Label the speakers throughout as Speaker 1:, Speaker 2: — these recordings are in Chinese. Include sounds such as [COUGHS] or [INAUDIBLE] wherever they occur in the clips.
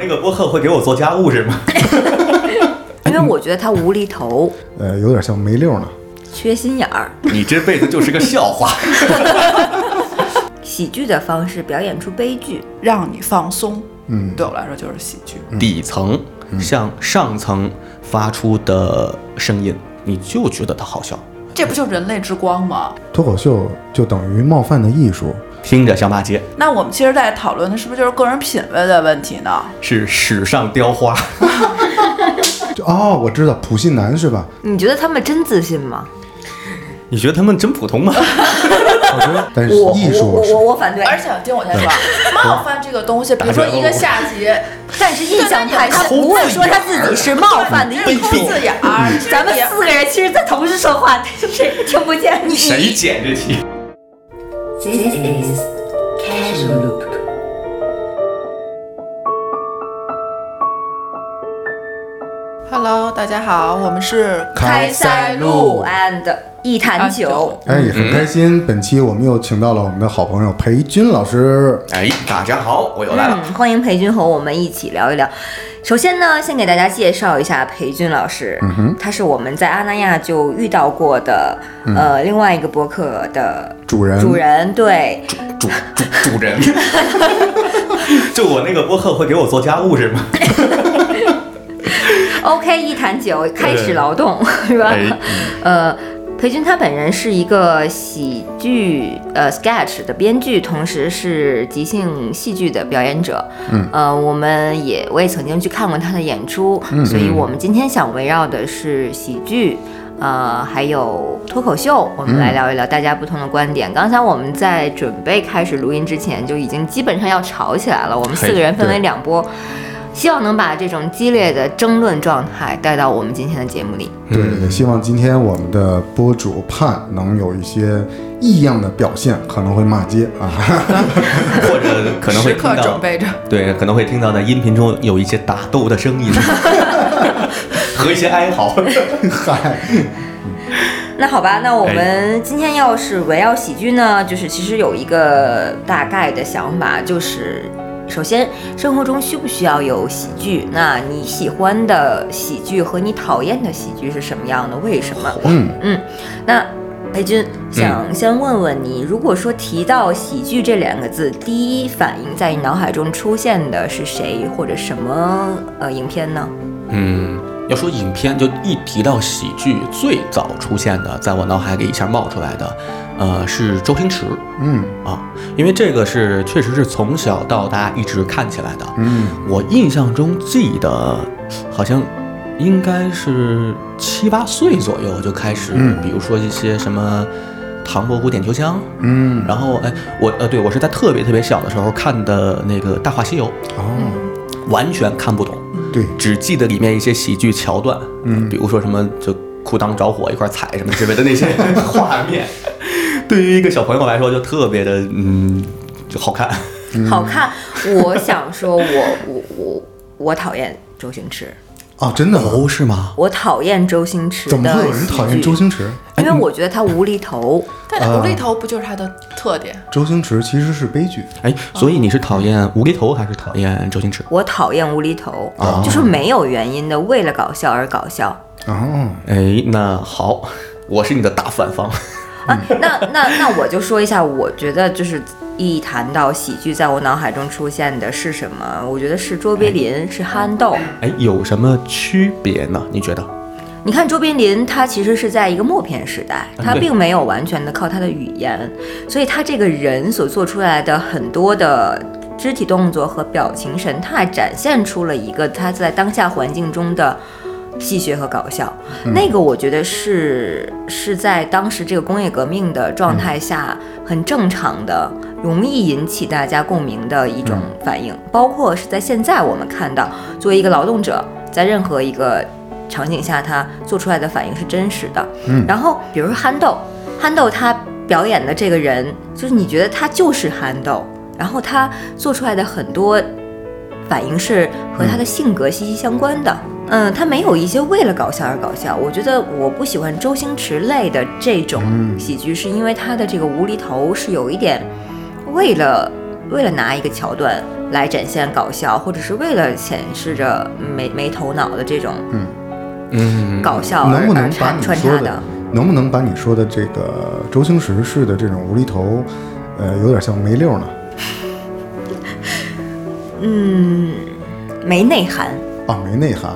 Speaker 1: 那个播客会给我做家务是吗？
Speaker 2: 因为我觉得他无厘头、
Speaker 3: 呃，有点像没溜呢。
Speaker 2: 缺心眼儿，
Speaker 1: [LAUGHS] 你这辈子就是个笑话。
Speaker 2: 喜剧的方式表演出悲剧。
Speaker 4: 让你放松，
Speaker 3: 嗯，
Speaker 4: 对我来说就是喜剧。
Speaker 1: 底层向上层发出的声音，你就觉得它好笑，
Speaker 4: 这不就人类之光吗？
Speaker 3: 脱口秀就等于冒犯的艺术，
Speaker 1: 听着像骂街，
Speaker 4: 那我们其实，在讨论的是不是就是个人品味的问题呢？
Speaker 1: 是史上雕花。
Speaker 3: 就哦，我知道普信男是吧？
Speaker 2: 你觉得他们真自信吗？
Speaker 1: [LAUGHS] 你觉得他们真普通吗？
Speaker 3: 我觉得，但是
Speaker 2: 我
Speaker 3: 艺术
Speaker 2: 我
Speaker 3: 是
Speaker 2: 我我反对。
Speaker 4: 而且听我先说，啊冒犯这个东西，比如说一个下级，
Speaker 2: 但是印象派他不会说他自己是冒犯的
Speaker 4: 这
Speaker 2: 艺
Speaker 4: 是
Speaker 2: 术
Speaker 4: 抠。字眼
Speaker 1: 嗯
Speaker 4: 儿，这是
Speaker 2: 咱们
Speaker 4: 也
Speaker 2: 四个人其实，在同时说话，但是听不见
Speaker 1: [LAUGHS]
Speaker 2: 你。
Speaker 1: 谁剪这期？
Speaker 5: This is Casual Loop.
Speaker 4: ？Hello，大家好，我们是
Speaker 2: 开塞露
Speaker 3: 开
Speaker 2: and 一坛酒，
Speaker 3: 哎，也很开心。本期我们又请到了我们的好朋友裴军老师。
Speaker 1: 哎，大家好，我又来了。
Speaker 2: 嗯，欢迎裴军和我们一起聊一聊。首先呢，先给大家介绍一下裴军老师，
Speaker 1: 嗯
Speaker 2: 他是我们在阿那亚就遇到过的，
Speaker 1: 嗯
Speaker 2: 呃，另外一个博客的
Speaker 3: 主人，
Speaker 2: 主人，对，
Speaker 1: 主主主人， [LAUGHS] 就我那个播客会给我做家务是吗？
Speaker 2: OK，一坛酒开始劳动是吧？
Speaker 1: [LAUGHS] 哎，
Speaker 2: 呃，裴军他本人是一个喜剧呃 sketch 的编剧，同时是即兴戏剧的表演者。
Speaker 3: 嗯，
Speaker 2: 呃，我们也我也曾经去看过他的演出，
Speaker 3: 嗯
Speaker 2: 所以我们今天想围绕的是喜剧。呃，还有脱口秀，我
Speaker 3: 嗯
Speaker 2: 们来聊一聊大家不同的观点。刚才我们在准备开始录音之前，就已经基本上要吵起来了。我们四个人分为
Speaker 3: 对
Speaker 2: 两波，希望能把这种激烈的争论状态带到我们今天的节目里。
Speaker 1: 嗯
Speaker 3: 对，也希望今天我们的播主盼能有一些异样的表现，可能会骂街啊。
Speaker 1: 或者可能会
Speaker 4: 时
Speaker 1: 听
Speaker 4: 刻准
Speaker 1: 到，
Speaker 4: 备着。
Speaker 1: 对，可能会听到呢。音频中有一些打斗的声 [LAUGHS] 音和一些哀嚎。
Speaker 3: 嗨，
Speaker 2: 那好吧，那我们今天要是围绕喜剧呢，就是其实有一个大概的想法，就是首先生活中需不需要有喜剧？那你喜欢的喜剧和你讨厌的喜剧是什么样的？为什么？
Speaker 3: 嗯，
Speaker 2: 那裴军想先问问你，如果说提到喜剧这两个字，第一反应在你脑海中出现的是谁或者什么呃影片呢？
Speaker 1: 嗯，要说影片，就一提到喜剧，最早出现的，在我脑海里一下冒出来的，呃，是周星驰
Speaker 3: 嗯
Speaker 1: 啊，因为这个是确实是从小到大一直看起来的。
Speaker 3: 嗯，
Speaker 1: 我印象中记得，好像应该是七八岁左右就开始，
Speaker 3: 嗯
Speaker 1: 比如说一些什么《唐伯虎点秋香》。
Speaker 3: 嗯，
Speaker 1: 然后，哎，我呃，对我是在特别特别小的时候看的那个《大话西游》，
Speaker 2: 嗯
Speaker 3: 哦，
Speaker 1: 完全看不懂，
Speaker 3: 对，
Speaker 1: 只记得里面一些喜剧桥段，
Speaker 3: 嗯
Speaker 1: 比如说什么就裤裆着火一块儿踩什么之类的那些画面， [LAUGHS] 对于一个小朋友来说就特别的嗯就好看，
Speaker 2: 好看，我想说我，我我我讨厌周星驰，
Speaker 3: 哦，真的吗？
Speaker 1: 哦是吗？
Speaker 2: 我讨厌周星驰的
Speaker 3: 怎么会有人讨厌周
Speaker 2: 驰？
Speaker 3: 星驰？
Speaker 2: 因
Speaker 3: 哎
Speaker 2: 为我觉得他无厘头，
Speaker 4: 但无厘头不就是它的特点？
Speaker 3: 周星驰其实是悲剧，
Speaker 1: 哎，所以你是讨厌无厘头还是讨厌周星驰？
Speaker 2: 我讨厌无厘头，
Speaker 3: 哦
Speaker 2: 就是没有原因的，为了搞笑而搞笑
Speaker 3: 哦，
Speaker 1: 哎，那好，我是你的大反方，
Speaker 2: 啊。
Speaker 3: 嗯
Speaker 2: 那那那我就说一下，我觉得就是一谈到喜剧，在我脑海中出现的是什么？我觉得是卓
Speaker 3: 哎
Speaker 2: 别林，是憨豆。
Speaker 1: 哎，有什么区别呢？你觉得？
Speaker 2: 你看周别林，他其实是在一个默片时代，
Speaker 3: 嗯
Speaker 2: 他
Speaker 1: 对
Speaker 2: 并没有完全的靠他的语言，所以他这个人所做出来的很多的肢体动作和表情神态，展现出了一个他在当下环境中的戏谑和搞笑。那个我觉得是是在当时这个工业革命的状态下很正常的，容易引起大家共鸣的一种反应。包括是在现在我们看到，作为一个劳动者，在任何一个场景下，他做出来的反应是真实的。
Speaker 3: 嗯
Speaker 2: 然后比如说憨豆，憨豆他表演的这个人，就是你觉得他就是憨豆，然后他做出来的很多反应是和他的性格息息相关的。嗯，他没有一些为了搞笑而搞笑。我觉得我不喜欢周星驰类的这种
Speaker 3: 嗯
Speaker 2: 喜剧，是因为他的这个无厘头是有一点为了为了拿一个桥段来展现搞笑，或者是为了显示着没没头脑的这种
Speaker 1: 嗯，
Speaker 2: 搞笑而
Speaker 3: 能不能
Speaker 2: 而
Speaker 3: 把
Speaker 2: 穿
Speaker 3: 你
Speaker 2: 呃穿
Speaker 3: 说
Speaker 2: 插
Speaker 3: 的
Speaker 2: 的。，
Speaker 3: 能不能把你说的这个周星驰式的这种无厘头，呃，有点像梅六呢？
Speaker 2: 嗯没内涵，
Speaker 3: 啊，没内涵，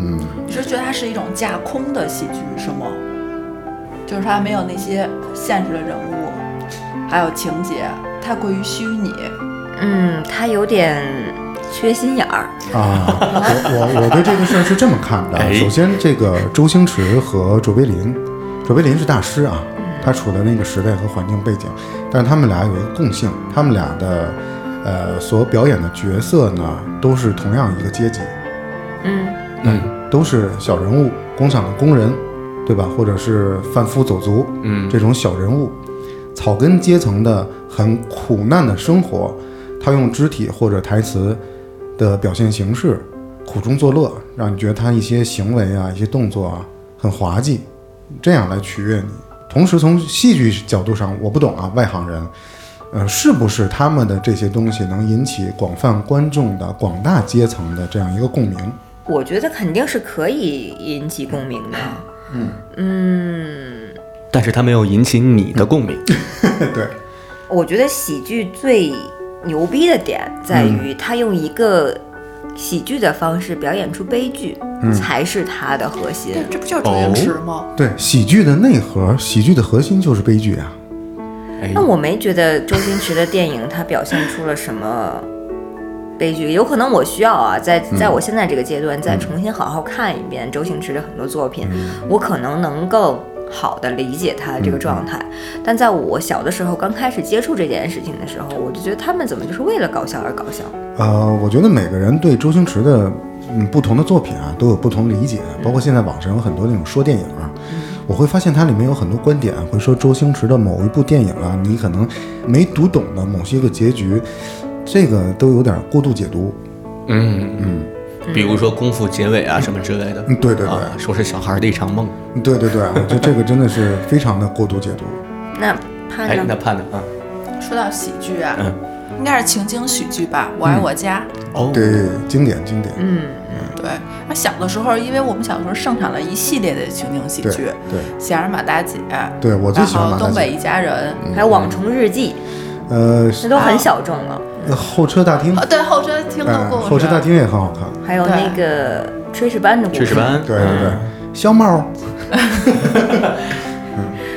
Speaker 3: 嗯，
Speaker 4: 你是觉得它是一种架空的喜剧是吗？就是它没有那些现实的人物，还有情节，太过于虚拟。
Speaker 2: 嗯，他有点缺心眼儿，
Speaker 3: 啊，我我我对这个事儿是这么看的啊。
Speaker 1: 哎
Speaker 3: 首先，这个周星驰和卓别林，卓别林是大师啊，
Speaker 2: 嗯
Speaker 3: 他处的那个时代和环境背景，但是他们俩有一个共性，他们俩的呃所表演的角色呢，都是同样一个阶级，
Speaker 2: 嗯
Speaker 3: 都是小人物，工厂的工人，对吧？或者是贩夫走卒，
Speaker 1: 嗯
Speaker 3: 这种小人物，草根阶层的很苦难的生活，他用肢体或者台词的表现形式，苦中作乐，让你觉得他一些行为啊、一些动作啊很滑稽，这样来取悦你。同时，从戏剧角度上，我不懂啊，外行人，呃，是不是他们的这些东西能引起广泛观众的广大阶层的这样一个共鸣？
Speaker 2: 我觉得肯定是可以引起共鸣的。嗯
Speaker 1: 但是它没有引起你的共鸣。
Speaker 3: 对。
Speaker 2: 我觉得喜剧最牛逼的点在于他用一个喜剧的方式表演出悲剧，才是他的核心。
Speaker 4: 对，这不就是周
Speaker 3: 哦
Speaker 4: 星驰吗？
Speaker 3: 对，喜剧的内核，喜剧的核心就是悲剧啊。
Speaker 1: 哎
Speaker 2: 那我没觉得周星驰的电影他表现出了什么悲剧，有可能我需要啊，在
Speaker 1: 嗯
Speaker 2: 在我现在这个阶段再重新好好看一遍周星驰的很多作品，
Speaker 1: 嗯
Speaker 2: 我可能能够好的理解他这个
Speaker 1: 嗯
Speaker 2: 状态。但在我小的时候刚开始接触这件事情的时候，我就觉得他们怎么就是为了搞笑而搞笑？
Speaker 3: 呃，我觉得每个人对周星驰的嗯不同的作品啊都有不同理解，包括现在网上有很多那种说电影啊，我会发现它里面有很多观点啊会说周星驰的某一部电影啊，你可能没读懂的某些个结局，这个都有点过度解读。
Speaker 1: 嗯嗯，比如说功夫结尾啊什么之类的。
Speaker 3: 嗯对对对
Speaker 1: 啊，说是小孩的一场梦。
Speaker 3: 对对对，我觉得这个真的是非常的过度解读。
Speaker 2: 那潘
Speaker 1: 哎，
Speaker 2: 呢
Speaker 1: 那？盼盼啊，
Speaker 4: 说到喜剧啊，
Speaker 1: 嗯
Speaker 4: 应该是情景喜剧吧，《我
Speaker 3: 嗯
Speaker 4: 爱我家》
Speaker 1: 哦，
Speaker 3: 对，经典经典。
Speaker 2: 嗯，
Speaker 4: 对，那小的时候，因为我们小的时候盛产了一系列的情景喜
Speaker 3: 对
Speaker 4: 剧，
Speaker 3: 对
Speaker 4: 《喜儿马大姐》，
Speaker 3: 对，我最
Speaker 4: 然
Speaker 3: 喜欢
Speaker 4: 后
Speaker 3: 马
Speaker 4: 《
Speaker 3: 大
Speaker 4: 啊东北
Speaker 3: 姐。嗯
Speaker 4: 一家人》
Speaker 2: 还有《网虫日记》，
Speaker 3: 呃，
Speaker 2: 那都很小众了。
Speaker 3: 候车大厅
Speaker 4: 哦，，对，候车厅都
Speaker 3: 嗯，
Speaker 4: 过
Speaker 3: 候车大厅也很好看。
Speaker 2: 还有那个炊事班的故事，
Speaker 1: 炊事班。
Speaker 3: 对对对，小猫。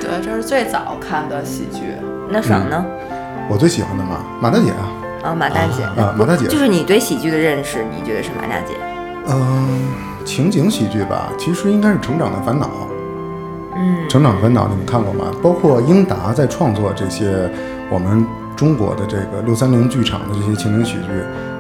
Speaker 4: 对，这是最早看的喜剧。
Speaker 2: 那
Speaker 1: 嗯
Speaker 2: 爽呢？
Speaker 3: 我最喜欢的嘛，马大姐啊，
Speaker 2: 啊、马大姐
Speaker 3: 啊马大姐
Speaker 2: 就是你对喜剧的认识，你觉得是马大姐？
Speaker 3: 嗯、情景喜剧吧，其实应该是《成长的烦恼》。
Speaker 2: 嗯
Speaker 3: 《成长烦恼》你们看过吗？包括英达在创作这些我们中国的这个六三零剧场的这些情景喜剧，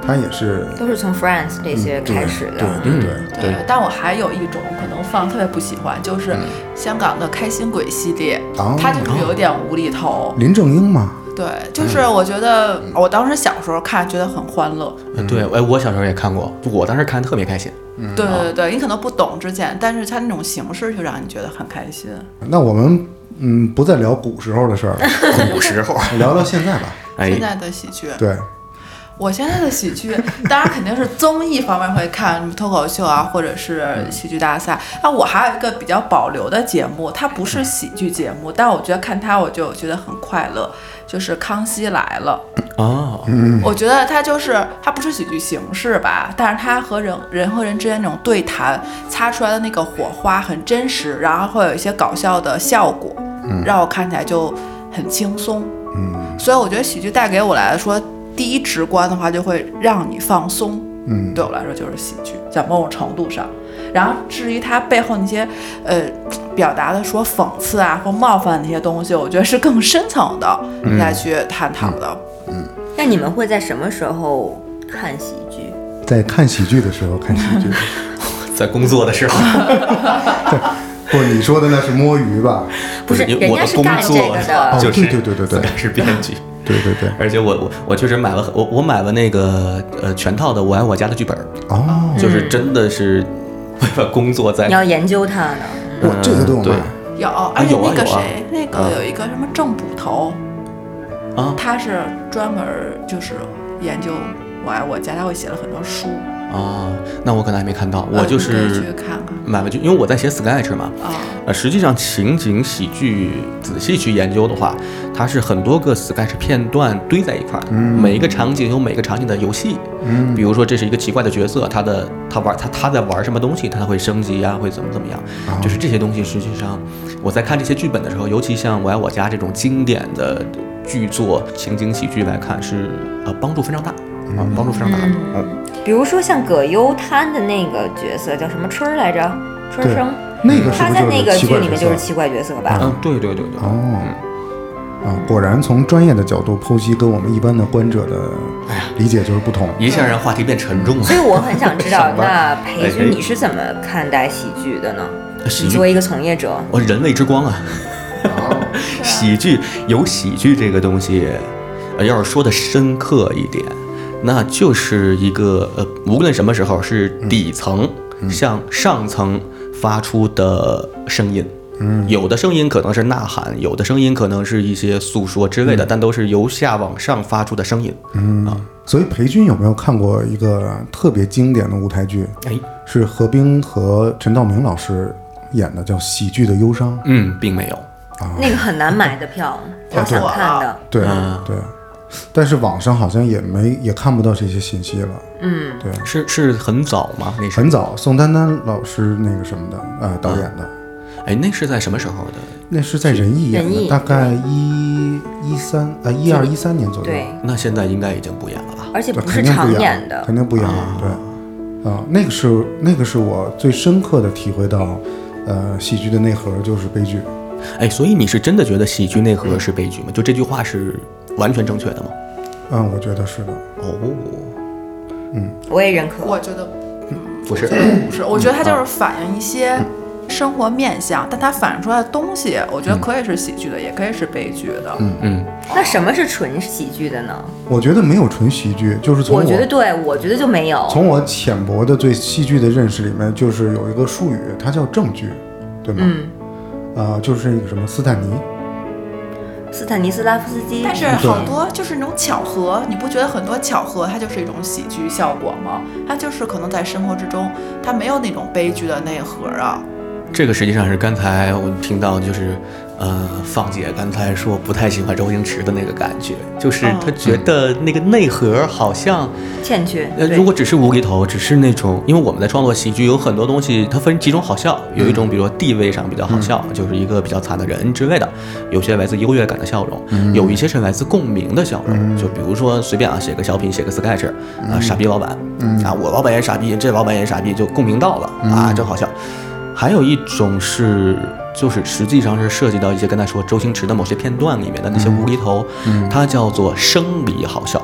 Speaker 3: 它也是
Speaker 2: 都是从 Friends 这些
Speaker 3: 嗯对
Speaker 2: 开始的。嗯
Speaker 3: 对对对，嗯
Speaker 4: 对，但我还有一种可能放特别不喜欢，就是香港的开心鬼系列，
Speaker 3: 哦嗯
Speaker 4: 它就是有点无厘头。
Speaker 3: 林正英嘛，
Speaker 4: 对，就是我觉得我当时小时候看觉得很欢乐，
Speaker 1: 对，哎，我小时候也看过，我当时看特别
Speaker 2: [LAUGHS]
Speaker 1: 开心。
Speaker 4: 对对对，你可能不懂之前，但是它那种形式就让你觉得很开心。
Speaker 3: 那我们嗯不再聊古时候的事儿了，
Speaker 2: [LAUGHS]
Speaker 1: 古时候，
Speaker 3: 聊聊现在吧。
Speaker 1: 哎
Speaker 4: 现，在的喜剧，
Speaker 3: 对，
Speaker 4: 我现在的喜剧，当然肯定是综艺方面会看什么脱口秀啊，或者是喜剧大赛。那我还有一个比较保留的节目，它不是喜剧节目，但我觉得看它我就觉得很快乐，就是《康熙来了》。
Speaker 1: 哦，
Speaker 3: 嗯
Speaker 4: 我觉得它就是它不是喜剧形式吧，但是它和人人和人之间那种对谈擦出来的那个火花很真实，然后会有一些搞笑的效果，让我看起来就很轻松。
Speaker 3: 嗯
Speaker 4: 所以我觉得喜剧带给我来说，第一直观的话就会让你放松，
Speaker 3: 嗯，
Speaker 4: 对我来说就是喜剧，在某种程度上。然后至于它背后那些呃表达的说讽刺啊或冒犯的那些东西，我觉得是更深层的
Speaker 3: 嗯
Speaker 4: 再去探讨的。
Speaker 2: 那你们会在什么时候看喜剧？
Speaker 3: 在看喜剧的时候看喜
Speaker 2: [LAUGHS]
Speaker 3: 剧，
Speaker 1: 在工作的时候，
Speaker 3: 不，你说的那是摸鱼吧？
Speaker 2: 不是，
Speaker 1: 因
Speaker 2: 人
Speaker 1: 为我
Speaker 2: 家
Speaker 1: 的
Speaker 2: 是
Speaker 1: 工
Speaker 2: 干这
Speaker 1: 作
Speaker 2: 个的。
Speaker 1: 就是
Speaker 3: 哦对对对对对
Speaker 1: 是编剧。
Speaker 3: 对对对，
Speaker 1: 而且我我我确实买了很我我买了那个呃全套的《我爱我家》的剧本儿，
Speaker 3: 哦，
Speaker 4: 嗯
Speaker 1: 就是真的是为了工作在
Speaker 3: 哎
Speaker 2: 你要研究它呢，
Speaker 3: 哇，这个都有
Speaker 1: 对
Speaker 3: 卖。
Speaker 4: 有，而且
Speaker 1: 有啊
Speaker 4: 那个
Speaker 1: 有
Speaker 4: 谁，
Speaker 1: 啊
Speaker 4: 那
Speaker 1: 啊
Speaker 4: 个有一个什么郑捕头，
Speaker 1: 啊
Speaker 4: 他是专门就是研究我爱我家》，他会写了很多书，
Speaker 1: 啊，那我可能还没看到，我
Speaker 4: 呃
Speaker 1: 就
Speaker 4: 你可以
Speaker 1: 是
Speaker 4: 去看看
Speaker 1: 买回去，因为我在写 sketch 嘛。
Speaker 4: 啊、
Speaker 1: 呃，实际上情景喜剧仔细去研究的话，它是很多个 sketch 片段堆在一块儿，每一个场景有每个场景的游戏。
Speaker 3: 嗯
Speaker 1: 比如说这是一个奇怪的角色，他的他玩他他在玩什么东西，他会升级啊，会怎么怎么样，就是这些东西。实际上，我在看这些剧本的时候，尤其像《我爱我家》这种经典的剧作情景喜剧来看，是呃帮助非常大啊，帮助非常大。
Speaker 2: 嗯，比如说像葛优他的那个角色叫什么春儿来着，春
Speaker 3: 对
Speaker 2: 生，
Speaker 3: 那个是
Speaker 2: 他
Speaker 3: 不
Speaker 2: 在那
Speaker 3: 是就
Speaker 2: 个
Speaker 3: 是
Speaker 2: 剧
Speaker 3: 奇怪
Speaker 2: 里面就
Speaker 3: 角
Speaker 2: 是
Speaker 3: 色？
Speaker 2: 奇怪角色吧？
Speaker 1: 嗯，对对对对。
Speaker 3: 哦，啊，果然从专业的角度剖析，跟我们一般的观者的
Speaker 2: 哎
Speaker 3: 理解就是不同。
Speaker 1: 一下让话题变沉重了。
Speaker 2: 所以我很想知
Speaker 3: [LAUGHS]
Speaker 2: 道，
Speaker 1: 上班
Speaker 2: 那裴
Speaker 1: 哎哎
Speaker 2: 军你是怎么看待喜剧的呢？
Speaker 1: 喜
Speaker 3: 嗯
Speaker 2: 你
Speaker 1: 剧
Speaker 2: 作，为一个从业者，
Speaker 1: 我人为之光啊！[LAUGHS]
Speaker 3: 哦啊
Speaker 1: 喜剧有喜剧这个东西，呃，要是说的深刻一点，那就是一个呃，无论什么时候是底层
Speaker 3: 嗯
Speaker 1: 向上层发出的声音。嗯，有的声音可能是呐喊，有的声音可能是一些诉说之
Speaker 3: 嗯
Speaker 1: 类的，但都是由下往上发出的声音。
Speaker 3: 所以裴军有没有看过一个特别经典的舞台剧？
Speaker 1: 哎，
Speaker 3: 是何冰和陈道明老师演的，叫《喜剧的忧伤》。
Speaker 1: 嗯，并没有。
Speaker 2: 那个很难买的票，
Speaker 3: 啊
Speaker 2: 我想看的。
Speaker 3: 对、
Speaker 2: 啊
Speaker 3: 对，但是网上好像也没也看不到这些信息了。
Speaker 2: 嗯，
Speaker 3: 对，
Speaker 1: 是是很早吗？那是
Speaker 3: 很早，宋丹丹老师那个什么的，呃，
Speaker 2: 啊
Speaker 3: 导演的，
Speaker 1: 哎，那是在什么时候的？
Speaker 3: 那是在仁义演
Speaker 2: 仁
Speaker 3: 的，
Speaker 2: 义
Speaker 3: 大概一一三呃一二一三年左右。
Speaker 2: 对，
Speaker 1: 那现在应该已经不演了吧？
Speaker 2: 而且
Speaker 3: 对，
Speaker 2: 不是
Speaker 3: 肯定不
Speaker 2: 常
Speaker 3: 一样啊
Speaker 2: 演，的
Speaker 3: 肯。定不一样。对，啊、那个是那个是我最深刻的体会到，呃，喜剧的内核就是悲剧。
Speaker 1: 哎，所以你是真的觉得喜剧内核是悲剧吗？就这句话是完全正确的吗？
Speaker 3: 嗯，我觉得是的。
Speaker 1: 哦，
Speaker 2: 我也认可。
Speaker 4: 我觉得
Speaker 1: 不是，
Speaker 4: 不是，我觉得它
Speaker 1: 嗯
Speaker 4: 就是反映一些生活面相，但它反映出来的东西，我觉得可以是喜剧的，也可以是悲剧的。嗯，
Speaker 1: 嗯，
Speaker 2: 那什么是纯喜剧的呢？
Speaker 3: 我觉得没有纯喜剧，就是从
Speaker 2: 我
Speaker 3: 我
Speaker 2: 觉得对，我觉得就没有。
Speaker 3: 从我浅薄的对戏剧的认识里面，就是有一个术语，它叫正剧，对吗？
Speaker 2: 嗯，
Speaker 3: 呃，就是那个什么斯坦尼，
Speaker 2: 斯坦尼斯拉夫斯基，
Speaker 4: 但是
Speaker 1: 嗯
Speaker 3: 对
Speaker 4: 好多就是那种巧合，你不觉得很多巧合它就是一种喜剧效果吗？它就是可能在生活之中，它没有那种悲剧的内核啊。
Speaker 1: [CLEARS THROAT] 这个实际上是刚才我听到就是，呃，放姐刚才说不太喜欢周星驰的那个感觉，就是
Speaker 4: 嗯
Speaker 1: 她觉得那个内核好像，
Speaker 2: 欠缺。
Speaker 1: 呃，
Speaker 2: 对
Speaker 1: 如果只是无厘头，只是那种，因为我们在创作喜剧有很多东西，它分几种好笑，有一种比如说地位上比较好笑，就是一个比较惨的人之类的，有些来自优越感的笑容，有一些是来自共鸣的笑容，就比如说随便啊写个小品，写个 sketch，啊傻逼老板，啊我老板也傻逼，这老板也傻逼，就共鸣到了啊，真好笑。还有一种是，就是实际上是涉及到一些刚才说周星驰的某些片段里面的那些无厘头，它叫做生理好笑。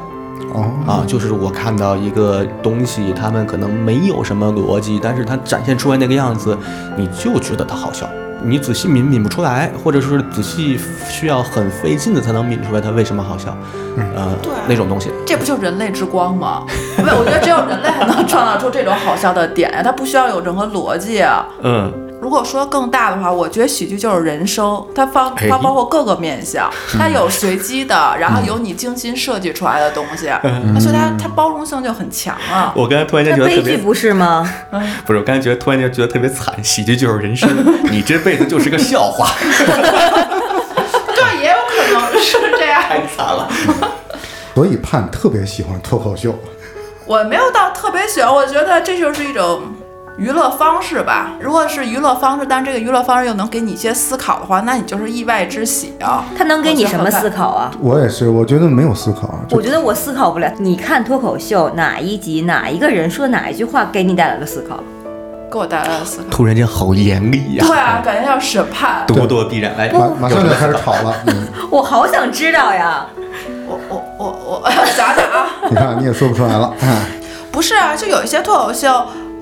Speaker 3: 哦，
Speaker 1: 啊，就是我看到一个东西，他们可能没有什么逻辑，但是它展现出来那个样子，你就觉得它好笑。你仔细抿抿不出来，或者说是仔细需要很费劲的才能抿出来它为什么好笑，呃，
Speaker 4: 对
Speaker 2: 啊
Speaker 1: 那种东西。
Speaker 4: 这不就人类之光吗？ [LAUGHS] 不，我觉得只有人类才能创造出这种好笑的点呀，它不需要有任何逻辑啊。
Speaker 1: 嗯，
Speaker 4: 如果说更大的话，我觉得喜剧就是人生，它包
Speaker 1: 哎嗯
Speaker 4: 它包括各个面相，它有随机的，然后有你精心设计出来的东西，所以它它包容性就很强啊。
Speaker 1: 嗯我刚才突然
Speaker 2: 那悲剧不是吗？
Speaker 1: 不是，我刚才觉得突然间觉得特别惨，喜剧就是人生，你这辈子就是个笑话，
Speaker 4: 对，也有可能是这样。
Speaker 1: [LAUGHS] 太惨了。
Speaker 3: 所以盼特别喜欢脱口秀。
Speaker 4: 我没有到特别喜欢，我觉得这就是一种娱乐方式吧。如果是娱乐方式，但这个娱乐方式又能给你一些思考的话，那你就是意外之喜啊。
Speaker 2: 他能给你
Speaker 4: 我觉
Speaker 2: 什
Speaker 4: 得
Speaker 2: 么
Speaker 4: 很
Speaker 2: 思考啊？
Speaker 3: 我也是，我觉得没有思考，啊就
Speaker 2: 我觉得我思考不了。你看脱口秀哪一集，哪一个人说哪一句话，给你带来了思考？
Speaker 4: 给我带来了思考。
Speaker 1: [LAUGHS] 突然间好严厉呀、
Speaker 4: 对啊，感觉要审判。
Speaker 2: 啊
Speaker 1: 咄咄逼人。哎，
Speaker 3: 马马上就开始吵了。
Speaker 2: [LAUGHS]
Speaker 3: 嗯，
Speaker 2: 我好想知道呀！
Speaker 4: 我我我我 [LAUGHS] 想想啊，
Speaker 3: 你看你也说不出来了。哎
Speaker 4: 不是啊，就有一些脱口秀，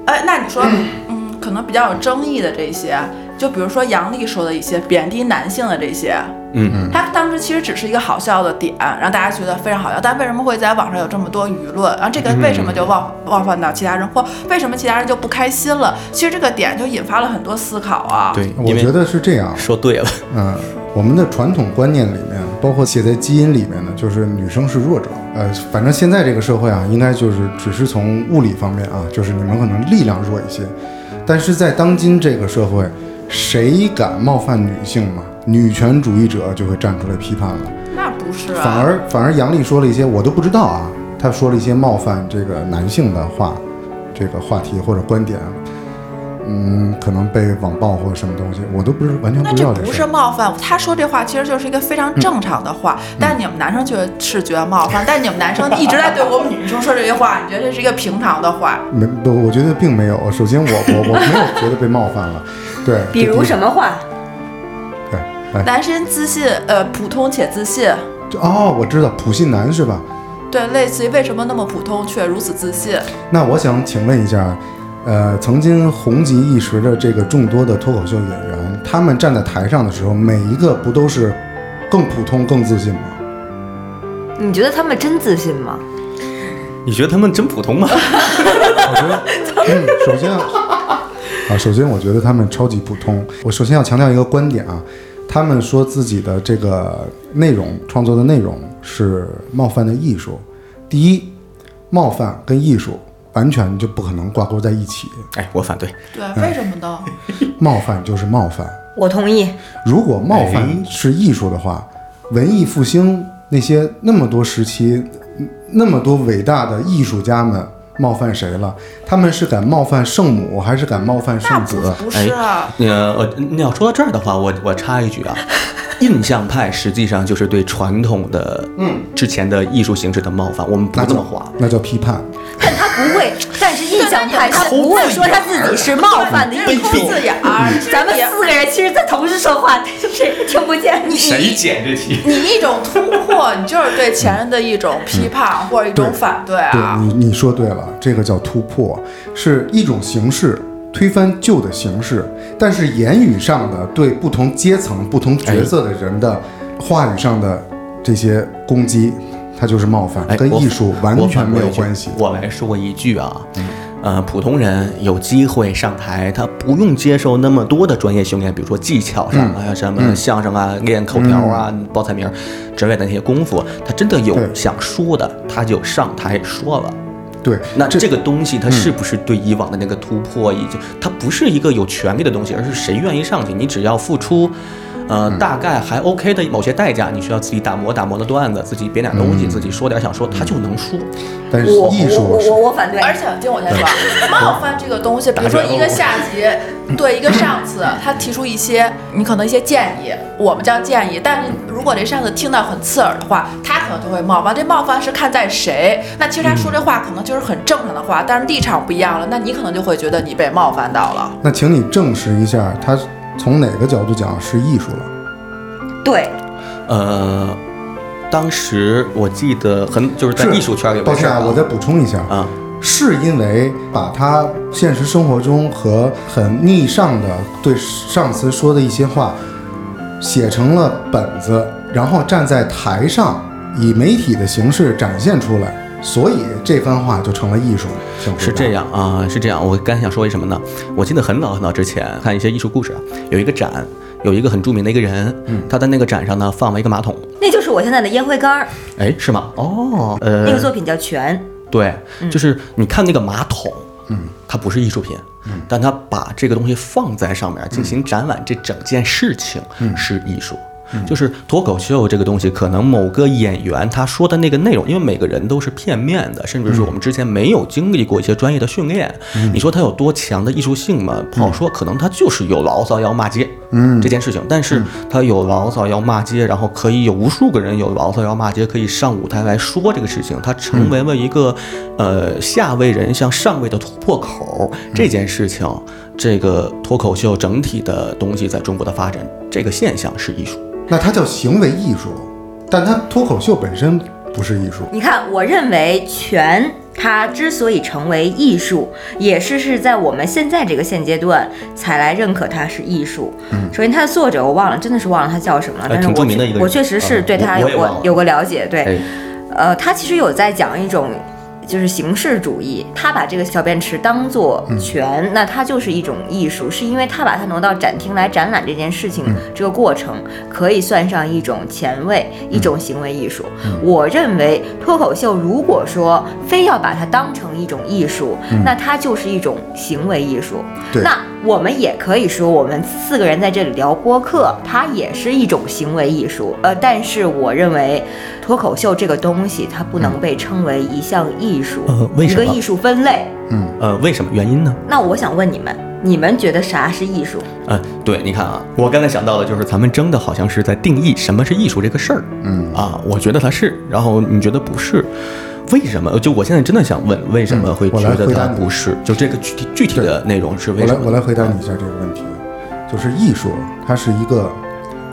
Speaker 4: 哎，那你说，嗯，可能比较有争议的这些，就比如说杨笠说的一些贬低男性的这些，
Speaker 1: 嗯嗯。
Speaker 4: 他当时其实只是一个好笑的点，让大家觉得非常好笑，但为什么会在网上有这么多舆论？然后这个为什么
Speaker 3: 嗯
Speaker 4: 就冒冒犯到其他人，或为什么其他人就不开心了？其实这个点就引发了很多思考啊。
Speaker 1: 嗯对，
Speaker 3: 我
Speaker 1: 因为
Speaker 3: 觉得是这样，
Speaker 1: 说对了，
Speaker 3: 嗯，我们的传统观念里面，包括写在基因里面的，就是女生是弱者。呃，反正现在这个社会啊，应该就是只是从物理方面啊，就是你们可能力量弱一些，但是在当今这个社会，谁敢冒犯女性嘛？女权主义者就会站出来批判了。
Speaker 4: 那不是啊，
Speaker 3: 反而反而杨笠说了一些我都不知道啊，他说了一些冒犯这个男性的话，这个话题或者观点，嗯，可能被网暴或者什么东西，我都不是完全
Speaker 4: 那
Speaker 3: 不知
Speaker 4: 这
Speaker 3: 道这嗯
Speaker 4: 不
Speaker 3: 事
Speaker 4: 是
Speaker 3: 儿。
Speaker 4: 冒犯，他说这话其实就是一个非常正常的话，但你们男生觉得是觉得冒犯，但你们男生一直在对我们女生说这些话，你觉得这是一个平常的话？
Speaker 3: 没不，我觉得并没有。首先我，我我没有觉得被冒犯了，对。
Speaker 2: 比如什
Speaker 3: 么？
Speaker 2: 么话？
Speaker 3: 对，哎，
Speaker 4: 男生自信，呃，普通且自信，
Speaker 3: 哦，我知道普信男是吧？
Speaker 4: 对，类似于为什么那么普通却如此自信？
Speaker 3: 那我想请问一下，呃，曾经红极一时的这个众多的脱口秀演员，他们站在台上的时候，每一个不都是更普通、更自信吗？
Speaker 2: 你觉得他们真自信吗？
Speaker 1: 你觉得他们真普 [LAUGHS] 通吗？
Speaker 3: 我觉得， [LAUGHS] 嗯，首先 [LAUGHS] 啊，首先我觉得他们超级普通。我首先要强调一个观点啊，他们说自己的这个内容创作的内容是冒犯的艺术。第一，冒犯跟艺术完全就不可能挂钩在一起，
Speaker 1: 哎，我反对。
Speaker 4: 对，
Speaker 3: 嗯
Speaker 4: 为什么呢？
Speaker 3: 冒犯就是冒犯。
Speaker 2: 我同意。
Speaker 3: 如果冒犯是艺术的话，文艺复兴那些那么多时期、嗯那么多伟大的艺术家们冒犯谁了？他们是敢冒犯圣母，还是敢冒犯
Speaker 4: 那
Speaker 3: 圣
Speaker 4: 不
Speaker 3: 子？
Speaker 4: 不是啊，
Speaker 1: 哎呃，我你要说到这儿的话，我我插一句啊，印象派实际上就是对传统的嗯之前的艺术形式的冒犯，我们不
Speaker 3: 那
Speaker 1: 这么
Speaker 3: 叫
Speaker 1: 划。
Speaker 3: 那叫批判。
Speaker 2: 但他不会，但是印象派他不会说他自己是冒犯的
Speaker 4: 这
Speaker 2: 一
Speaker 4: 是
Speaker 2: 种
Speaker 4: 抠。字眼儿，这是
Speaker 2: 咱们
Speaker 4: 也
Speaker 2: 四个人其实在同时说话，但是谁听不见你。
Speaker 1: 剪这题？
Speaker 4: 你一种突破，你就是对前人的一种批判或者一种
Speaker 3: 对
Speaker 4: 反对
Speaker 1: 哎
Speaker 3: 对
Speaker 4: 啊。
Speaker 3: 你，你说对了，这个叫突破，是一种形式。推翻旧的形式，但是言语上的对不同阶层、不同角色的人的话语上的这些攻击，它就是冒犯，
Speaker 1: 哎，
Speaker 3: 跟
Speaker 1: 我
Speaker 3: 艺术完
Speaker 1: 我
Speaker 3: 全
Speaker 1: 反
Speaker 3: 没
Speaker 1: 驳
Speaker 3: 有
Speaker 1: 一句
Speaker 3: 关系。嗯
Speaker 1: 我来说一句啊，呃，普通人有机会上台，他不用接受那么多的专业训练，比如说技巧上
Speaker 3: 嗯
Speaker 1: 啊，什么相声啊、练口条啊、报菜名儿之类的那些功夫，他真的有
Speaker 3: 对
Speaker 1: 想说的，他就上台说了。
Speaker 3: 对，
Speaker 1: 那这个东西它
Speaker 3: 嗯
Speaker 1: 是不是对以往的那个突破，已经它不是一个有权利的东西，而是谁愿意上去，你只要付出，呃，
Speaker 3: 嗯
Speaker 1: 大概还 OK 的某些代价，你需要自己打磨打磨的段子，自己编点东
Speaker 3: 嗯
Speaker 1: 西，自己说点想说，他就能说。
Speaker 3: 但是
Speaker 2: 我
Speaker 3: 艺术
Speaker 2: 我
Speaker 3: 是
Speaker 2: 我我反对，
Speaker 4: 而且听我先说啊，冒犯这个东西，比如说一个下级对一个上司，他提出一些你可能一些建议，我们叫建议，但是如果这上司听到很刺耳的话，他可能就会冒犯。这冒犯是看在谁，那其实他说这话可能就是很正常的话，但是立场不一样了，那你可能就会觉得你被冒犯到了。
Speaker 3: 那请你证实一下，他从哪个角度讲是艺术了？
Speaker 2: 对，
Speaker 1: 呃，当时我记得很就是在
Speaker 3: 是
Speaker 1: 艺术圈里，
Speaker 3: 抱歉啊，我再补充一下，
Speaker 1: 啊，
Speaker 3: 是因为把他现实生活中和很逆上的对上司说的一些话写成了本子，然后站在台上以媒体的形式展现出来，所以这番话就成了艺术。请回答
Speaker 1: 是这。样啊、是这样。我刚想说一什么呢？我记得很早很早之前看一些艺术故事，啊有一个展，有一个很著名的一个人，
Speaker 3: 嗯
Speaker 1: 他在那个展上呢放了一个马桶。
Speaker 2: 那就是我现在的烟灰缸儿，
Speaker 1: 哎，是吗？哦，呃，
Speaker 2: 那个作品叫《泉》。
Speaker 1: 对，就是你看那个马桶，嗯，它不是艺术品，嗯，但它把这个东西放在上面进行展览，这整件事情是艺术。就是脱口秀这个东西，可能某个演员他说的那个内容，因为每个人都是片面的，甚至是我们之前没有经历过一些专业的训练。你说他有多强的艺术性吗？不呃好说，可能他就是有牢骚要骂街，嗯，这件事情。但是他有牢骚要骂街，然后可以有无数个人有牢骚要骂街，可以上舞台来说这个事情，他成为了一个、呃下位人向上位的突破口。这件事情，这个脱口秀整体的东西在中国的发展，这个现象是艺术。
Speaker 3: 那它叫行为艺术，但它脱口秀本身不是艺术。
Speaker 2: 你看，我认为泉它之所以成为艺术，也是是在我们现在这个现阶段才来认可它是艺术。嗯，首先它的作者我忘了，真的是忘了他叫什么了，
Speaker 1: 哎
Speaker 2: 但是
Speaker 1: 挺著
Speaker 2: 我
Speaker 1: 名的一个
Speaker 2: 我
Speaker 1: 人
Speaker 2: 确实是
Speaker 1: 嗯
Speaker 2: 对
Speaker 1: 我
Speaker 2: 他
Speaker 1: 我
Speaker 2: 有
Speaker 1: 也忘
Speaker 2: 过
Speaker 1: 了
Speaker 2: 有过了解。对，
Speaker 1: 哎，
Speaker 2: 呃，他其实有在讲一种就是形式主义，他把这个小便池当做泉，那它就是一种艺术，是因为他把它挪到展厅来展览这件事情，这个过程可以算上一种前卫，一种行为艺术。我认为脱口秀如果说非要把它当成一种艺术，那它就是一种行为艺术。
Speaker 3: 对
Speaker 2: 那我们也可以说，我们四个人在这里聊播客，它也是一种行为艺术。呃，但是我认为，脱口秀这个东西，它不能被称为一项艺术，
Speaker 1: 呃为
Speaker 2: 一
Speaker 1: 什
Speaker 2: 个
Speaker 1: 么
Speaker 2: 艺术分类。
Speaker 1: 呃，为什么原因呢？
Speaker 2: 那我想问你们，你们觉得啥是艺术？
Speaker 1: 嗯，对，你看啊，我刚才想到的就是咱们争的好像是在定义什么是艺术这个事儿。嗯啊，我觉得它是，然后你觉得不是，为什么？就我现在真的想问，为什么会
Speaker 3: 嗯我来
Speaker 1: 觉得
Speaker 3: 回答
Speaker 1: 它
Speaker 3: 你
Speaker 1: 不是？就这个具体具体的内容是为
Speaker 3: 我
Speaker 1: 什
Speaker 3: 来
Speaker 1: 么？
Speaker 3: 我来回答你一下这个问题，啊就是艺术，它是一个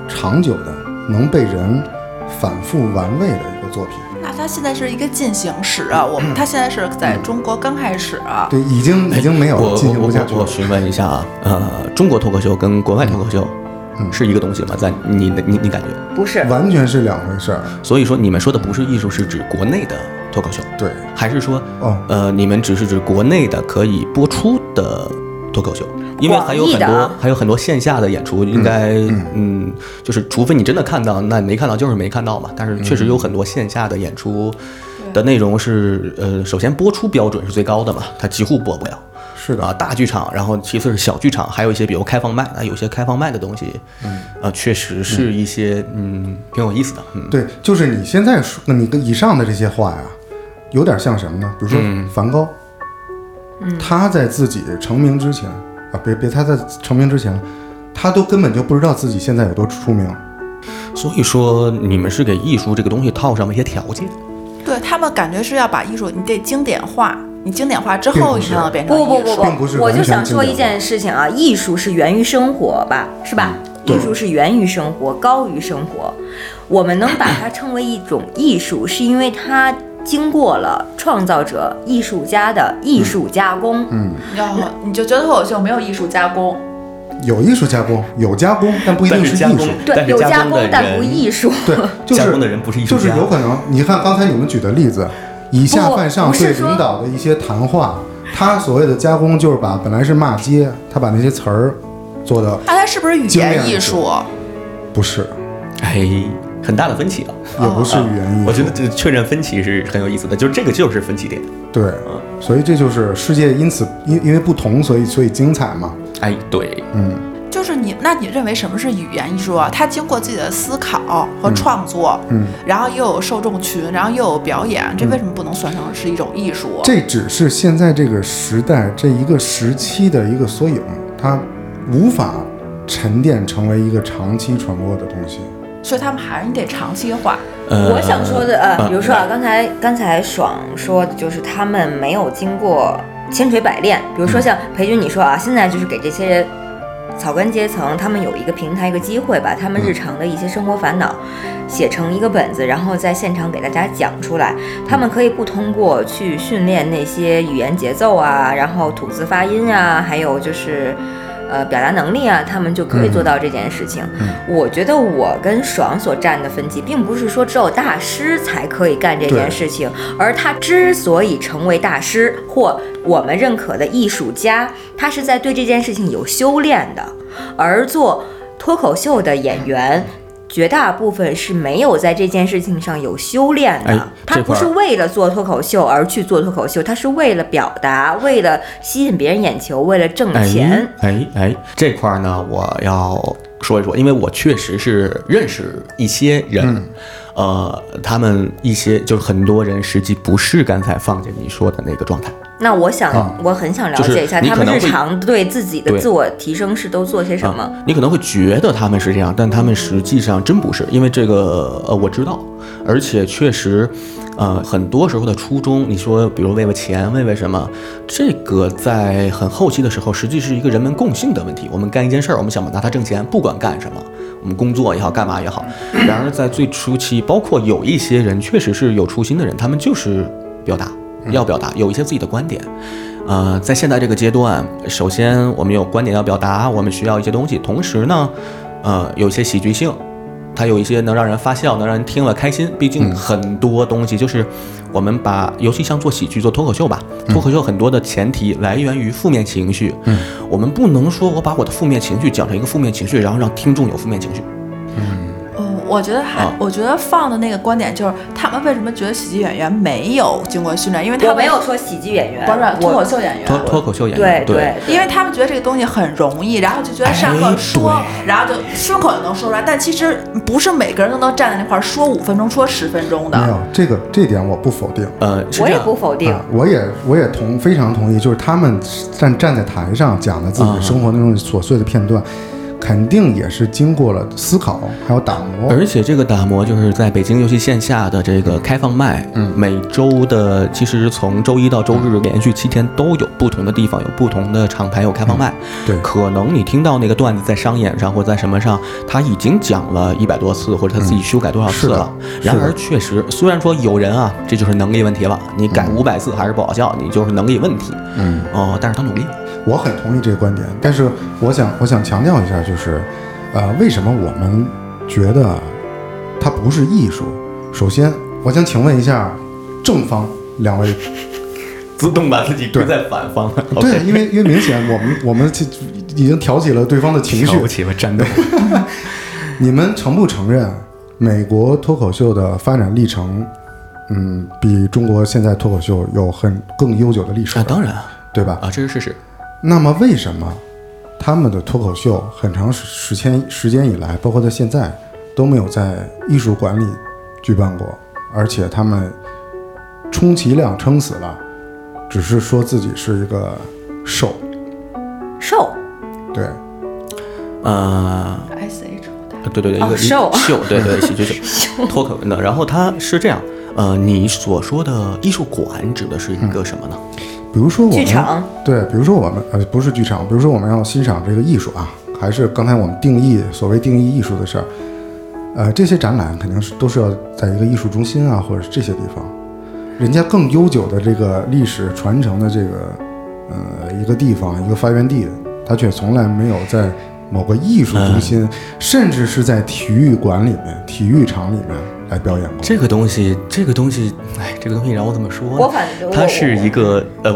Speaker 3: 长久的、能被人反复玩味的一个作品。
Speaker 4: 那它现在是一个进行时啊，我们它现在是在中国刚开始啊，
Speaker 3: 对，已经已经没
Speaker 1: 哎我
Speaker 3: 有进行
Speaker 1: 我
Speaker 3: 不下去
Speaker 1: 我我
Speaker 3: 了。
Speaker 1: 询问一下啊，呃，中国脱口秀跟国外脱口秀
Speaker 3: 嗯
Speaker 1: 是一个东西吗？在你的你你感觉？
Speaker 2: 不是，
Speaker 3: 完全是两回事儿。
Speaker 1: 所以说你们说的不是艺术，是指国内的脱口秀，
Speaker 3: 对，
Speaker 1: 还是说
Speaker 3: 哦，
Speaker 1: 呃，你们只是指国内的可以播出的脱口秀？因为还有很
Speaker 2: 广义的
Speaker 1: 多
Speaker 2: 啊
Speaker 1: 还有很多线下的演出，应该嗯，就是除非你真的看到，那你没看到就是没看到嘛。但是确实有很多线下的演出的
Speaker 2: 嗯
Speaker 1: 内容是呃，首先播出标准是最高的嘛，它几乎播不了。
Speaker 3: 是的
Speaker 1: 啊，大剧场，然后其次是小剧场，还有一些比如开放麦，啊，有些开放麦的东西，嗯，啊，确实是一些嗯挺有意思的，嗯，
Speaker 3: 对，就是你现在说你跟以上的这些话呀，有点像什么呢？比如说
Speaker 1: 嗯
Speaker 3: 梵高，他在自己成名之前啊，别别，他在成名之前，他都根本就不知道自己现在有多出名。
Speaker 1: 所以说你们是给艺术这个东西套上了一些条件，
Speaker 4: 对他们感觉是要把艺术你得经典化，你经典化之后
Speaker 3: 并不
Speaker 4: 你
Speaker 3: 是
Speaker 4: 才能变成艺
Speaker 2: 不
Speaker 4: 术。
Speaker 2: 不不
Speaker 3: 并不是
Speaker 2: 我就
Speaker 3: 完全
Speaker 2: 想说
Speaker 3: 经典
Speaker 2: 一件事情啊，艺术是源于生活吧，是吧？
Speaker 3: 嗯
Speaker 2: 艺术是源于生活，高于生活。我们能把它称为一种艺术，是因为它经过了创造者、艺术家的艺术加工。嗯，
Speaker 4: 然后你就觉得脱口秀没有艺术加工，
Speaker 3: 有艺术加工，有加工，但不一定是艺术。
Speaker 2: 对，有加工
Speaker 1: 的
Speaker 2: 但不艺术。 [LAUGHS]
Speaker 3: 对，就是
Speaker 1: 加工的人不是艺术
Speaker 3: 就是
Speaker 1: 家
Speaker 3: 有可能。你看刚才你们举的例子，以下
Speaker 2: 不
Speaker 3: 犯上
Speaker 2: 不是
Speaker 3: 对
Speaker 2: 说
Speaker 3: 领导的一些谈话，他所谓的加工就是把本来是骂街，他把那些词儿做的
Speaker 4: 那它是不是语
Speaker 3: 经典
Speaker 4: 言
Speaker 3: 艺
Speaker 4: 艺
Speaker 3: 术
Speaker 4: 术？
Speaker 3: 不
Speaker 2: 啊
Speaker 3: 是，
Speaker 1: 哎，很大的分歧啊。
Speaker 3: 也不是语言艺
Speaker 1: 啊我觉
Speaker 3: 术
Speaker 1: 得。这确认分歧是很有意思的，就是这个就是分歧点。
Speaker 3: 对，
Speaker 1: 啊
Speaker 3: 所以这就是世界因此因因为不同，所以所以精彩嘛。
Speaker 1: 哎，对，
Speaker 4: 就是你，那你认为什么是语言艺术啊？它经过自己的思考和创作，嗯，然后又有受众群，然后又有表演，这为什么不能算成是一种艺术？
Speaker 3: 嗯这只是现在这个时代这一个时期的一个缩影，它无法沉淀成为一个长期传播的东西。
Speaker 4: 啊所以他们还是你得长期化。
Speaker 1: 呃，
Speaker 2: 我想说的呃，
Speaker 1: 嗯
Speaker 2: 比如说啊，刚才刚才爽说的就是他们没有经过千锤百炼，比如
Speaker 1: 嗯
Speaker 2: 说像裴军你说啊，现在就是给这些草根阶层，他们有一个平台一个机会，把他们
Speaker 1: 嗯
Speaker 2: 日常的一些生活烦恼写成一个本子，然后在现场给大家讲出来。他们可以不通过去训练那些语言节奏啊，然后吐字发音啊，还有就是。呃，表达能力啊，他们就可
Speaker 1: 嗯
Speaker 2: 以做到这件事情。我觉得我跟爽所站的分歧，并不是说只有大师才可以干这件事情，而他之所以成为大师或我们认可的艺术家，他是在对这件事情有修炼的。而做脱口秀的演员，绝大部分是没有在这件事情上有修炼的。
Speaker 1: 哎
Speaker 2: 他
Speaker 1: 这
Speaker 2: 不
Speaker 1: 块儿
Speaker 2: 是为了做脱口秀而去做脱口秀，他是为了表达，为了吸引别人眼球，为了挣钱。
Speaker 1: 哎哎哎，这块儿呢，我要说一说，因为我确实是认识一些人，呃，他们一些就是很多人实际不是刚才放姐你说的那个状态。
Speaker 2: 那我想，我很想了解一下、
Speaker 1: 啊就是你
Speaker 2: 他
Speaker 1: 可
Speaker 2: 们
Speaker 1: 能
Speaker 2: 日
Speaker 1: 会
Speaker 2: 常对自己的
Speaker 1: 对
Speaker 2: 自我提升是都做些什么。
Speaker 1: 啊你可能会觉得他们是这样，但他们实际上真不是，因为这个呃我知道，而且确实，呃很多时候的初衷，你说比如为了钱，为为什么，这个在很后期的时候，实际是一个人们共性的问题。我们干一件事儿，我们想拿它挣钱，不管干什么，我们工作也好，干嘛也好。
Speaker 2: 嗯
Speaker 1: 然而在最初期，包括有一些人确实是有初心的人，他们就是表达，
Speaker 2: 嗯
Speaker 1: 要表达，有一些自己的观点。呃，在现在这个阶段，首先我们有观点要表达，我们需要一些东西，同时呢，呃，有一些喜剧性，它有一些能让人发笑，能让人听了开心。毕竟很多东西就是我们把，尤其像做喜剧、做脱口秀吧，
Speaker 2: 嗯
Speaker 1: 脱口秀很多的前提来源于负面情绪。嗯，我们不能说我把我的负面情绪讲成一个负面情绪，然后让听众有负面情绪。
Speaker 4: 嗯，我觉得还，
Speaker 1: 啊
Speaker 4: 我觉得放的那个观点就是，他们为什么觉得喜剧演员没有经过训练？因为他
Speaker 2: 我没
Speaker 4: 们
Speaker 2: 有说喜剧演员，
Speaker 4: 不是脱
Speaker 2: 我
Speaker 4: 口秀演员，
Speaker 1: 脱脱口秀演
Speaker 2: 对
Speaker 1: 员，
Speaker 2: 对，
Speaker 4: 因为他们觉得这个东西很容易，然后就觉得上课说，
Speaker 1: 哎
Speaker 4: 然后就顺口就能说出来。但其实不是每个人都能站在那块儿说五分钟、说十分钟
Speaker 3: 没
Speaker 4: 的。
Speaker 3: 有这个这点我不否定。
Speaker 1: 呃，是
Speaker 2: 我
Speaker 1: 这
Speaker 2: 也
Speaker 1: 样。
Speaker 2: 不否定
Speaker 3: 啊。，我也我也同非常同意，就是他们站站在台上讲的自己
Speaker 1: 啊
Speaker 3: 生活那种琐碎的片段，肯定也是经过了思考还有打磨。
Speaker 1: 而且这个打磨就是在北京，尤其线下的这个开放麦，嗯，每周的其实从周一到周日连续七天都有不同的地方有不同的厂牌有开放麦，
Speaker 3: 对
Speaker 1: 可能你听到那个段子在商演上或在什么上，他已经讲了一百多次或者他自己修改多少次了，
Speaker 3: 是的
Speaker 1: 然而确实，虽然说有人啊，这就是能力问题了，你改五百次还是不好笑，你就是能力问题，嗯，哦，但是他努力了，
Speaker 3: 我很同意这个观点，但是我想我想强调一下，就是，呃，为什么我们觉得它不是艺术？首先，我想请问一下正方两
Speaker 1: [LAUGHS]
Speaker 3: 位
Speaker 1: 自动把自己推在反方了
Speaker 3: 对，因为因为明显我们我们就已经挑起了对方的情绪，
Speaker 1: 起了战斗，
Speaker 3: 你们承不承认美国脱口秀的发展历程，嗯，比中国现在脱口秀有很更悠久的历史
Speaker 1: 啊，，当然啊，
Speaker 3: 对吧？
Speaker 1: 啊，这是事实。
Speaker 3: 那么为什么他们的脱口秀很长时时间时间以来，包括到现在都没有在艺术馆里举办过，而且他们充其量撑死了，只是说自己是一个 show，
Speaker 2: 瘦
Speaker 3: 对，
Speaker 1: 呃，
Speaker 4: S H
Speaker 1: 对对对，一
Speaker 2: 哦
Speaker 1: 个一
Speaker 2: 秀
Speaker 1: 个秀，对对喜剧
Speaker 2: [LAUGHS]
Speaker 1: 秀，脱口的。然后它是这样，呃，你所说的艺术馆指的是一个什么呢？
Speaker 3: 比如说我们
Speaker 2: 剧场
Speaker 3: 对，比如说我们呃不是剧场，比如说我们要欣赏这个艺术啊，还是刚才我们定义所谓定义艺术的事儿，呃，这些展览肯定是都是要在一个艺术中心啊，或者是这些地方，人家更悠久的这个历史传承的这个呃一个地方一个发源地，它却从来没有在某个艺术中心，甚至是在体育馆里面、体育场里面来表演过。
Speaker 1: 这个东西，这个东西，哎，这个东西让我怎么说呢？
Speaker 2: 我反正我
Speaker 1: 它是一个呃，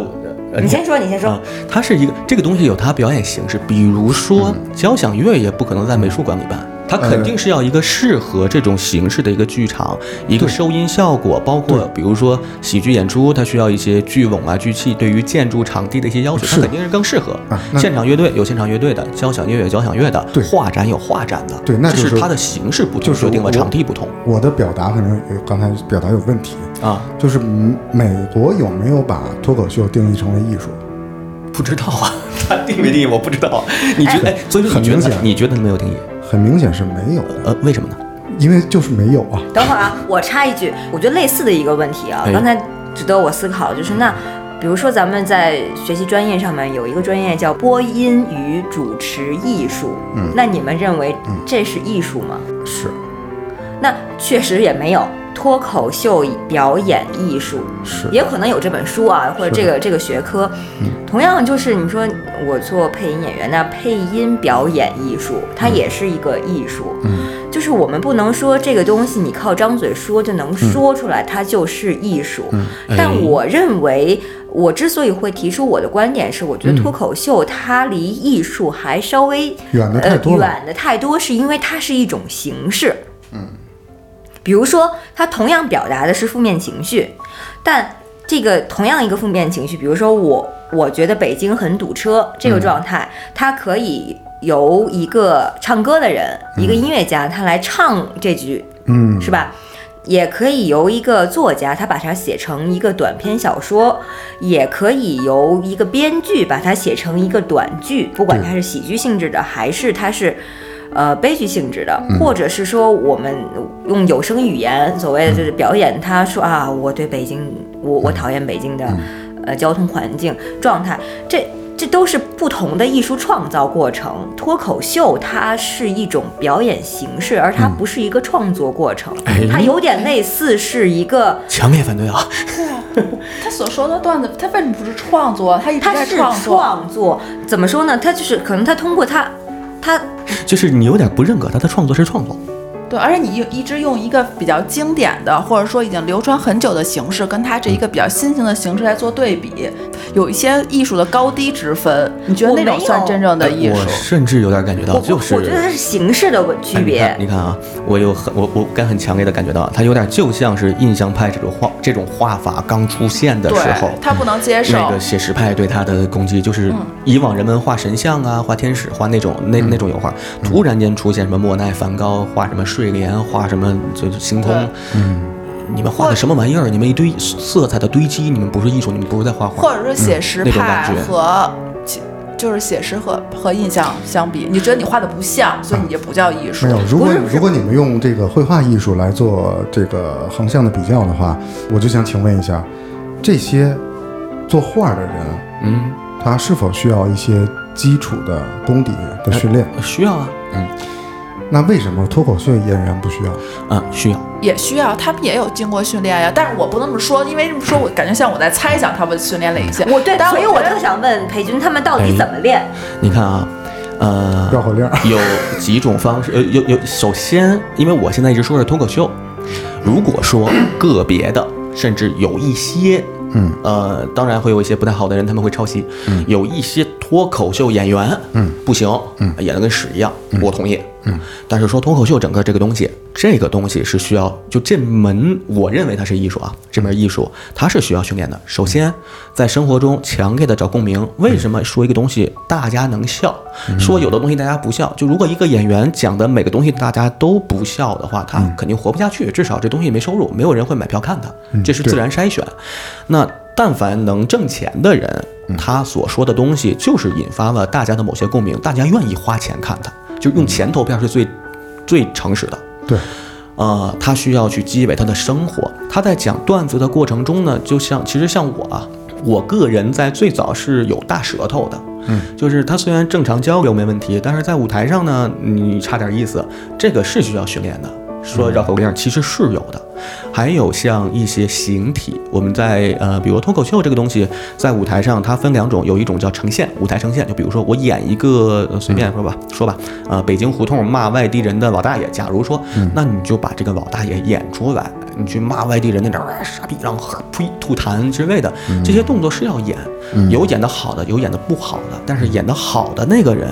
Speaker 1: 呃
Speaker 2: 你先说，你先说
Speaker 1: 啊。，它是一个这个东西有它表演形式，比如说
Speaker 3: 嗯
Speaker 1: 交响乐也不可能在美术馆里办，它肯定是要一个适合这种形式的一个剧场，
Speaker 3: 嗯
Speaker 1: 一个收音效果，包括比如说喜剧演出，它需要一些聚拢啊、聚气，对于建筑场地的一些要求，
Speaker 3: 是
Speaker 1: 它肯定是更适合
Speaker 3: 啊。那
Speaker 1: 现场乐队有现场乐队的，交响乐有交响乐的
Speaker 3: 对，
Speaker 1: 画展有画展的，
Speaker 3: 对那
Speaker 1: 这
Speaker 3: 就是
Speaker 1: 它的形式不同，
Speaker 3: 就是
Speaker 1: 决定了
Speaker 3: 我
Speaker 1: 场地不同
Speaker 3: 我的表达可能有刚才表达有问题，
Speaker 1: 啊。
Speaker 3: 就是嗯美国有没有把脱口秀定义成为艺术？
Speaker 1: 不知道 [LAUGHS] 啊，它定没定义我不知道。你觉得？哎所以说
Speaker 3: 很
Speaker 1: 你觉
Speaker 3: 明
Speaker 1: 得
Speaker 3: 显
Speaker 1: 你觉得它没有定义？
Speaker 3: 很明显是没有的，
Speaker 1: 呃，为什么呢？
Speaker 3: 因为就是没有啊。
Speaker 2: 等会儿啊，我插一句，我觉得类似的一个问题啊
Speaker 1: 哎，
Speaker 2: 刚才值得我思考，就是那，比如说咱们在学习专业上面有一个专业叫播音与主持艺术，嗯，那你们认为
Speaker 1: 嗯
Speaker 2: 这是艺术吗？
Speaker 3: 是
Speaker 2: 那确实也没有。脱口秀表演艺术
Speaker 3: 是
Speaker 2: 也可能有这本书啊，或者这个这个学科。同样就是你说我做配音演员，那配音表演艺术它也是一个艺术。嗯，就是我们不能说这个东西你靠张嘴说就能说出来，它就是艺术。但
Speaker 1: 哎
Speaker 2: 我认为，我之所以会提出我的观点是，我觉得脱口秀它离艺术还稍微
Speaker 3: 远得太多
Speaker 2: 呃、
Speaker 3: 了
Speaker 2: 远的太多，是因为它是一种形式。比如说，它同样表达的是负面情绪，但这个同样一个负面情绪，比如说我我觉得北京很堵车这个状态，它可以由一个唱歌的人，
Speaker 3: 嗯
Speaker 2: 一个音乐家，他来唱这句，嗯，是吧？也可以由一个作家，他把它写成一个短篇小说，也可以由一个编剧把它写成一个短剧，不管它是喜剧性质的，还是它是呃悲剧性质
Speaker 1: 嗯
Speaker 2: 的，或者是说我们用有声语言，所谓的就是表演，他说啊，
Speaker 1: 嗯
Speaker 2: 我对北京，我我讨厌北京的、呃交通环境状态，这。这都是不同的艺术创造过程。脱口秀它是一种表演形式，而它不是一个创作过程。
Speaker 1: 哎
Speaker 2: 它有点类似是一个，
Speaker 1: [LAUGHS] 强烈反对啊！
Speaker 4: [LAUGHS] 他所说的段子，他为什么不是创作？他一直
Speaker 2: 它
Speaker 4: 在
Speaker 2: 是
Speaker 4: 创作。
Speaker 2: 创作。怎么说呢？它就是可能它通过它，它
Speaker 1: 就是你有点不认可他的创作是创作，
Speaker 4: 对，而且你一一直用一个比较经典的，或者说已经流传很久的形式，跟它这一个比较新型的形式来做对比，有一些艺术的高低之分。你觉得那种算真正的艺
Speaker 1: 呃我
Speaker 4: 术？
Speaker 1: 甚至有点感觉到，
Speaker 2: 我
Speaker 1: 哦就是
Speaker 2: 我觉得是形式的区
Speaker 1: 哎
Speaker 2: 别。
Speaker 1: 你看你看啊，我有很我我敢很强烈的感觉到，啊它有点就像是印象派这种画这种画法刚出现的
Speaker 4: 对
Speaker 1: 时候，，
Speaker 4: 他不能接受。
Speaker 1: 那个写实派对他的攻击，就是以往人们画神像啊、画天使、画那种那那种油画，突然间出现什么莫奈、梵高画什么睡莲、画什么就是星空
Speaker 4: 对，
Speaker 3: 嗯，
Speaker 1: 你们画的什么玩意儿？你们一堆色彩的堆积，你们不是艺术，你们不是在画
Speaker 4: 或
Speaker 1: 画。
Speaker 4: 者是写实
Speaker 1: 那种
Speaker 4: 派
Speaker 1: 感觉
Speaker 4: 和其、就是写实和和印象相比，你觉得你画的不像，所以你就不叫艺术。
Speaker 3: 没有。如
Speaker 2: 不
Speaker 3: 果
Speaker 2: 是不是
Speaker 3: 如果你们用这个绘画艺术来做这个横向的比较的话，我就想请问一下，这些做画的人，
Speaker 1: 嗯，
Speaker 3: 他是否需要一些基础的功底的训练？
Speaker 1: 需要啊，
Speaker 3: 那为什么脱口秀演员不需要？
Speaker 1: 啊需要。
Speaker 4: 也需要，他们也有经过训练呀。但是我不能这么说，因为这么说我感觉像我在猜想他们训练了一些。
Speaker 2: 我对，
Speaker 4: 但
Speaker 2: 所以我
Speaker 4: 觉得
Speaker 2: 特想问裴军他们到
Speaker 1: 哎
Speaker 2: 底怎么练？
Speaker 1: 你看啊，呃，
Speaker 3: 绕口令儿？ [LAUGHS]
Speaker 1: 有几种方式，呃，有有，首先，因为我现在一直说是脱口秀，如果说个别的，甚至有一些，
Speaker 3: 嗯，
Speaker 1: 呃，当然会有一些不太好的人，他们会抄袭，嗯，有一些脱口秀演员，嗯，不行，嗯，演的跟屎一样，我同意，嗯，但是说脱口秀整个这个东西，这个东西是需要，就这门，我认为它是艺术啊，这门艺术它是需要训练的。首先，在生活中强烈的找共鸣，为什么说一个东西大家能笑，说有的东西大家不笑？就如果一个演员讲的每个东西大家都不笑的话，他肯定活不下去，至少这东西没收入，没有人会买票看他，这是自然筛选。那但凡能挣钱的人，他所说的东西就是引发了大家的某些共鸣，大家愿意花钱看他，就用钱投票是最最诚实的。
Speaker 3: 对，
Speaker 1: 呃，他需要去积累他的生活。他在讲段子的过程中呢，就像其实像我啊，我个人在最早是有大舌头的，嗯，就是他虽然正常交流没问题，但是在舞台上呢，你差点意思，这个是需要训练的。说绕口令其实是有的，还有像一些形体，我们在呃，比如脱口秀这个东西，在舞台上它分两种，有一种叫呈现，舞台呈现，就比如说我演一个呃随便说吧，说吧，呃，北京胡同骂外地人的老大爷，假如说，那你就把这个老大爷演出来，你去骂外地人那点儿啊傻逼，然后呵呸吐痰之类的，这些动作是要演，有演的好的，有演的不好的，但是演的好的那个人，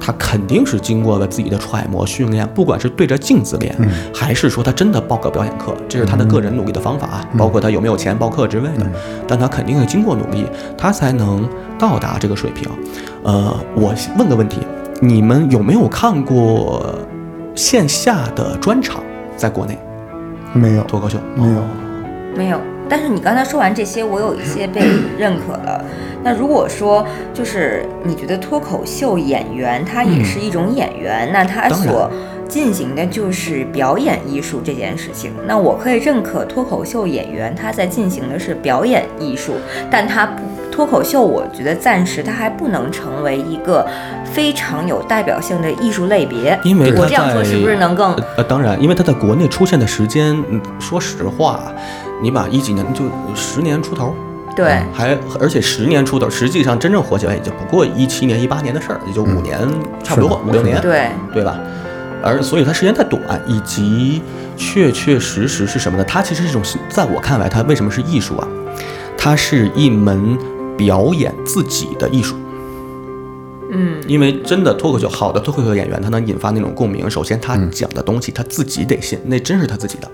Speaker 1: 他肯定是经过了自己的揣摩训练，不管是对着镜子练，还是说他真的报个表演课，这是他的个人努力的方法啊，包括他有没有钱报课之类的，但他肯定是经过努力，他才能到达这个水平。呃，我问个问题，你们有没有看过线下的专场？在国内
Speaker 3: 没有，
Speaker 1: 脱口秀
Speaker 3: 没有。
Speaker 1: 哦
Speaker 2: 没有。但是你刚才说完这些，我有一些被认可了。那如果说就是你觉得脱口秀演员他也是一种演员，那他
Speaker 1: 嗯当然
Speaker 2: 所进行的就是表演艺术这件事情。那我可以认可脱口秀演员他在进行的是表演艺术，但他不脱口秀，我觉得暂时他还不能成为一个非常有代表性的艺术类别。
Speaker 1: 因为
Speaker 2: 我
Speaker 1: 他
Speaker 2: 这样说
Speaker 1: 在
Speaker 2: 是不是能更
Speaker 1: 呃呃，当然，因为它在国内出现的时间，嗯说实话，你把一几年就十年出头，嗯
Speaker 2: 对？
Speaker 1: 还而且十年出头，实际上真正火起来也就不过一七年、一八年的事儿，也就五年，差不
Speaker 3: 嗯
Speaker 1: 多
Speaker 3: 是的
Speaker 1: 五六年，
Speaker 2: 对，
Speaker 1: 对吧？而所以它时间太短，以及确确实实是什么呢？它其实是一种，在我看来，它为什么是艺术啊？它是一门表演自己的艺术。
Speaker 2: 嗯，
Speaker 1: 因为真的脱口秀，好的脱口秀演员，他能引发那种共鸣。首先，他讲的东西他自己得信，那真是他自己的。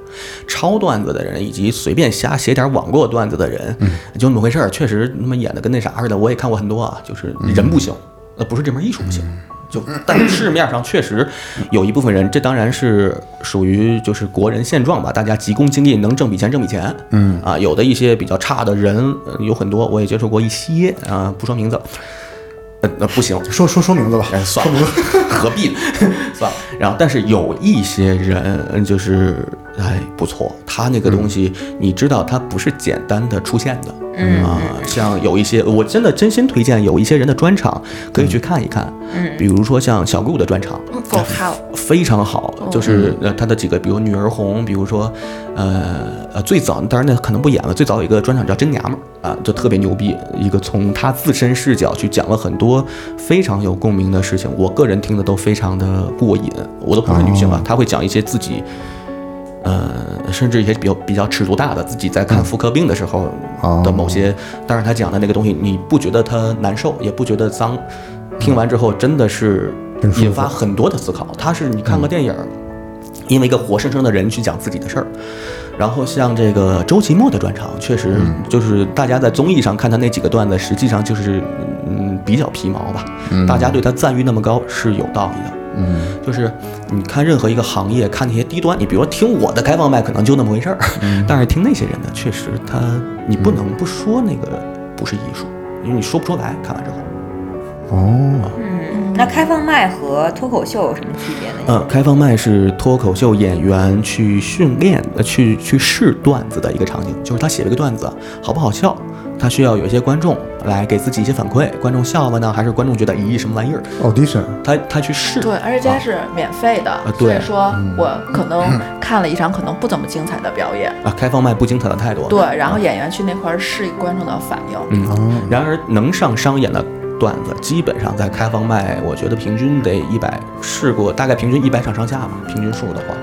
Speaker 1: 抄段子的人，以及随便瞎写点网络段子的人，就那么回事儿，确实他妈演的跟那啥似的。我也看过很多啊，就是人不行，那不是这门艺术不行。就但市面上确实有一部分人，这当然是属于就是国人现状吧，大家急功近利，能挣笔钱挣笔钱。嗯啊，有的一些比较差的人，呃有很多我也接触过一些啊，不说名字。呃，那不行，
Speaker 3: 说说说名字吧，
Speaker 1: 哎，算了，何必呢？算了。然后，但是有一些人，嗯就是哎不错，他那个东西、你知道它不是简单的出现的，
Speaker 2: 嗯
Speaker 1: 啊，像有一些我真的真心推荐有一些人的专场可以去看一看，嗯，比如说像小顾的专
Speaker 2: 哦
Speaker 1: 场，
Speaker 4: 嗯我看了，
Speaker 1: 非常好，就是呃他的几个，比如《女儿红》，比如说，呃呃，最早当然那可能不演了，最早有一个专场叫《真娘们儿》啊，就特别牛逼，一个从他自身视角去讲了很多非常有共鸣的事情，我个人听的都非常的过瘾，我都不是女性啊，他会讲一些自己。呃，甚至一些比较比较尺度大的，自己在看妇科病的时候
Speaker 3: 嗯哦
Speaker 1: 的某些，但是他讲的那个东西，你不觉得他难受，也不觉得脏，听完之后真的是
Speaker 3: 很舒服嗯
Speaker 1: 引发很多的思考。他是你看个电影儿，因为一个活生生的人去讲自己的事儿。然后像这个周奇墨的专场，确实
Speaker 3: 嗯
Speaker 1: 就是大家在综艺上看他那几个段子，实际上就是嗯比较皮毛吧，大家对他赞誉那么高是有道理的。
Speaker 3: 嗯
Speaker 1: 就是你看任何一个行业，看那些低端，你比如说听我的开放麦，可能就那么回事儿， [LAUGHS] 但是听那些人的，确实他你不能不说那个不是艺术，因为你说不出来。看完之后，
Speaker 3: 哦，
Speaker 2: 嗯，那开放麦和脱口秀有什么区别呢？
Speaker 1: 嗯，开放麦是脱口秀演员去训练、呃去去试段子的一个场景，就是他写了一个段子好不好笑，他需要有一些观众来给自己一些反馈，观众笑了呢，还是观众觉得咦什么玩意儿，
Speaker 3: audition，
Speaker 1: 他他去试。
Speaker 4: 对，而且这是免费的，所
Speaker 1: 啊对嗯
Speaker 4: 以说我可能看了一场可能不怎么精彩的表演，
Speaker 1: 啊，开放麦不精彩的太多了。
Speaker 4: 对，然后演员去那块儿试观众的反应，
Speaker 1: 嗯，然而能上商演的段子，基本上在开放麦，我觉得平均得一百，试过大概平均一百场上下吧，平均数的话，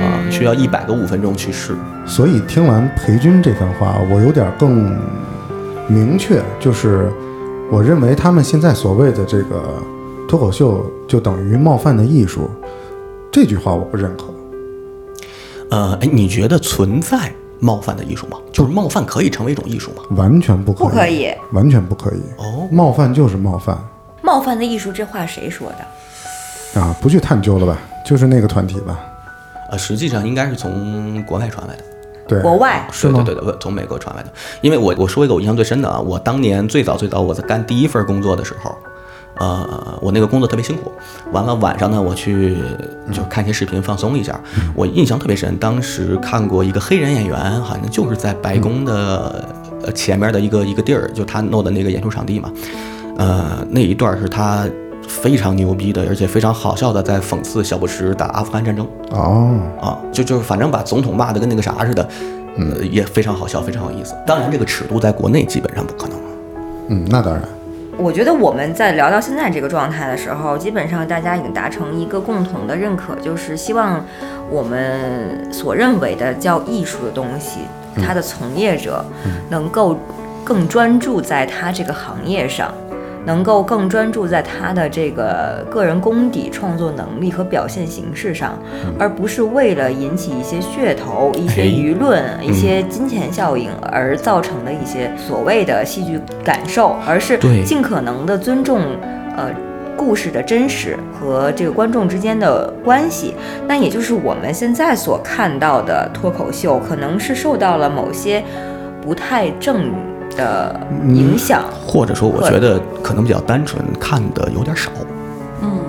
Speaker 1: 啊、需要一百个五分钟去试。
Speaker 3: 所以听完裴军这番话，我有点更明确，就是我认为他们现在所谓的这个脱口秀就等于冒犯的艺术，这句话我不认可。
Speaker 1: 呃，哎，你觉得存在冒犯的艺术吗？就是冒犯可以成为一种艺术吗？
Speaker 3: 完全不可以，
Speaker 2: 不可以
Speaker 3: 完全不可以。
Speaker 1: 哦，
Speaker 3: 冒犯就是冒犯
Speaker 2: 冒犯的艺术这话谁说的？
Speaker 3: 啊，不去探究了吧，就是那个团体吧。
Speaker 1: 呃，实际上应该是从国外传来的。
Speaker 3: 对，
Speaker 2: 国外
Speaker 1: 是
Speaker 3: 吗
Speaker 1: 对对对，从美国传来的。因为我我说一个我印象最深的啊，我当年最早最早我在干第一份工作的时候，呃，我那个工作特别辛苦，完了晚上呢我去就看一些视频放松一下。我印象特别深，当时看过一个黑人演员，好像就是在白宫的呃前面的一个一个地儿，就他弄的那个演出场地嘛，呃，那一段是他。非常牛逼的，而且非常好笑的，在讽刺小布什打阿富汗战争。
Speaker 3: 哦，
Speaker 1: 啊，就就是反正把总统骂的跟那个啥似的，呃，也非常好笑，非常有意思。当然，这个尺度在国内基本上不可能。
Speaker 3: 嗯，那当然，
Speaker 2: 我觉得我们在聊到现在这个状态的时候，基本上大家已经达成一个共同的认可，就是希望我们所认为的叫艺术的东西，它的从业者能够更专注在他这个行业上，能够更专注在他的这个个人功底、创作能力和表现形式上，而不是为了引起一些噱头、一些
Speaker 1: 哎
Speaker 2: 舆论、一些金钱效应而造成的一些所谓的戏剧感受，而是
Speaker 1: 对
Speaker 2: 尽可能的尊重呃故事的真实和这个观众之间的关系。那也就是我们现在所看到的脱口秀，可能是受到了某些不太正的影响。
Speaker 1: 或者说，我觉得可能比较单纯，看的有点少。
Speaker 4: 嗯。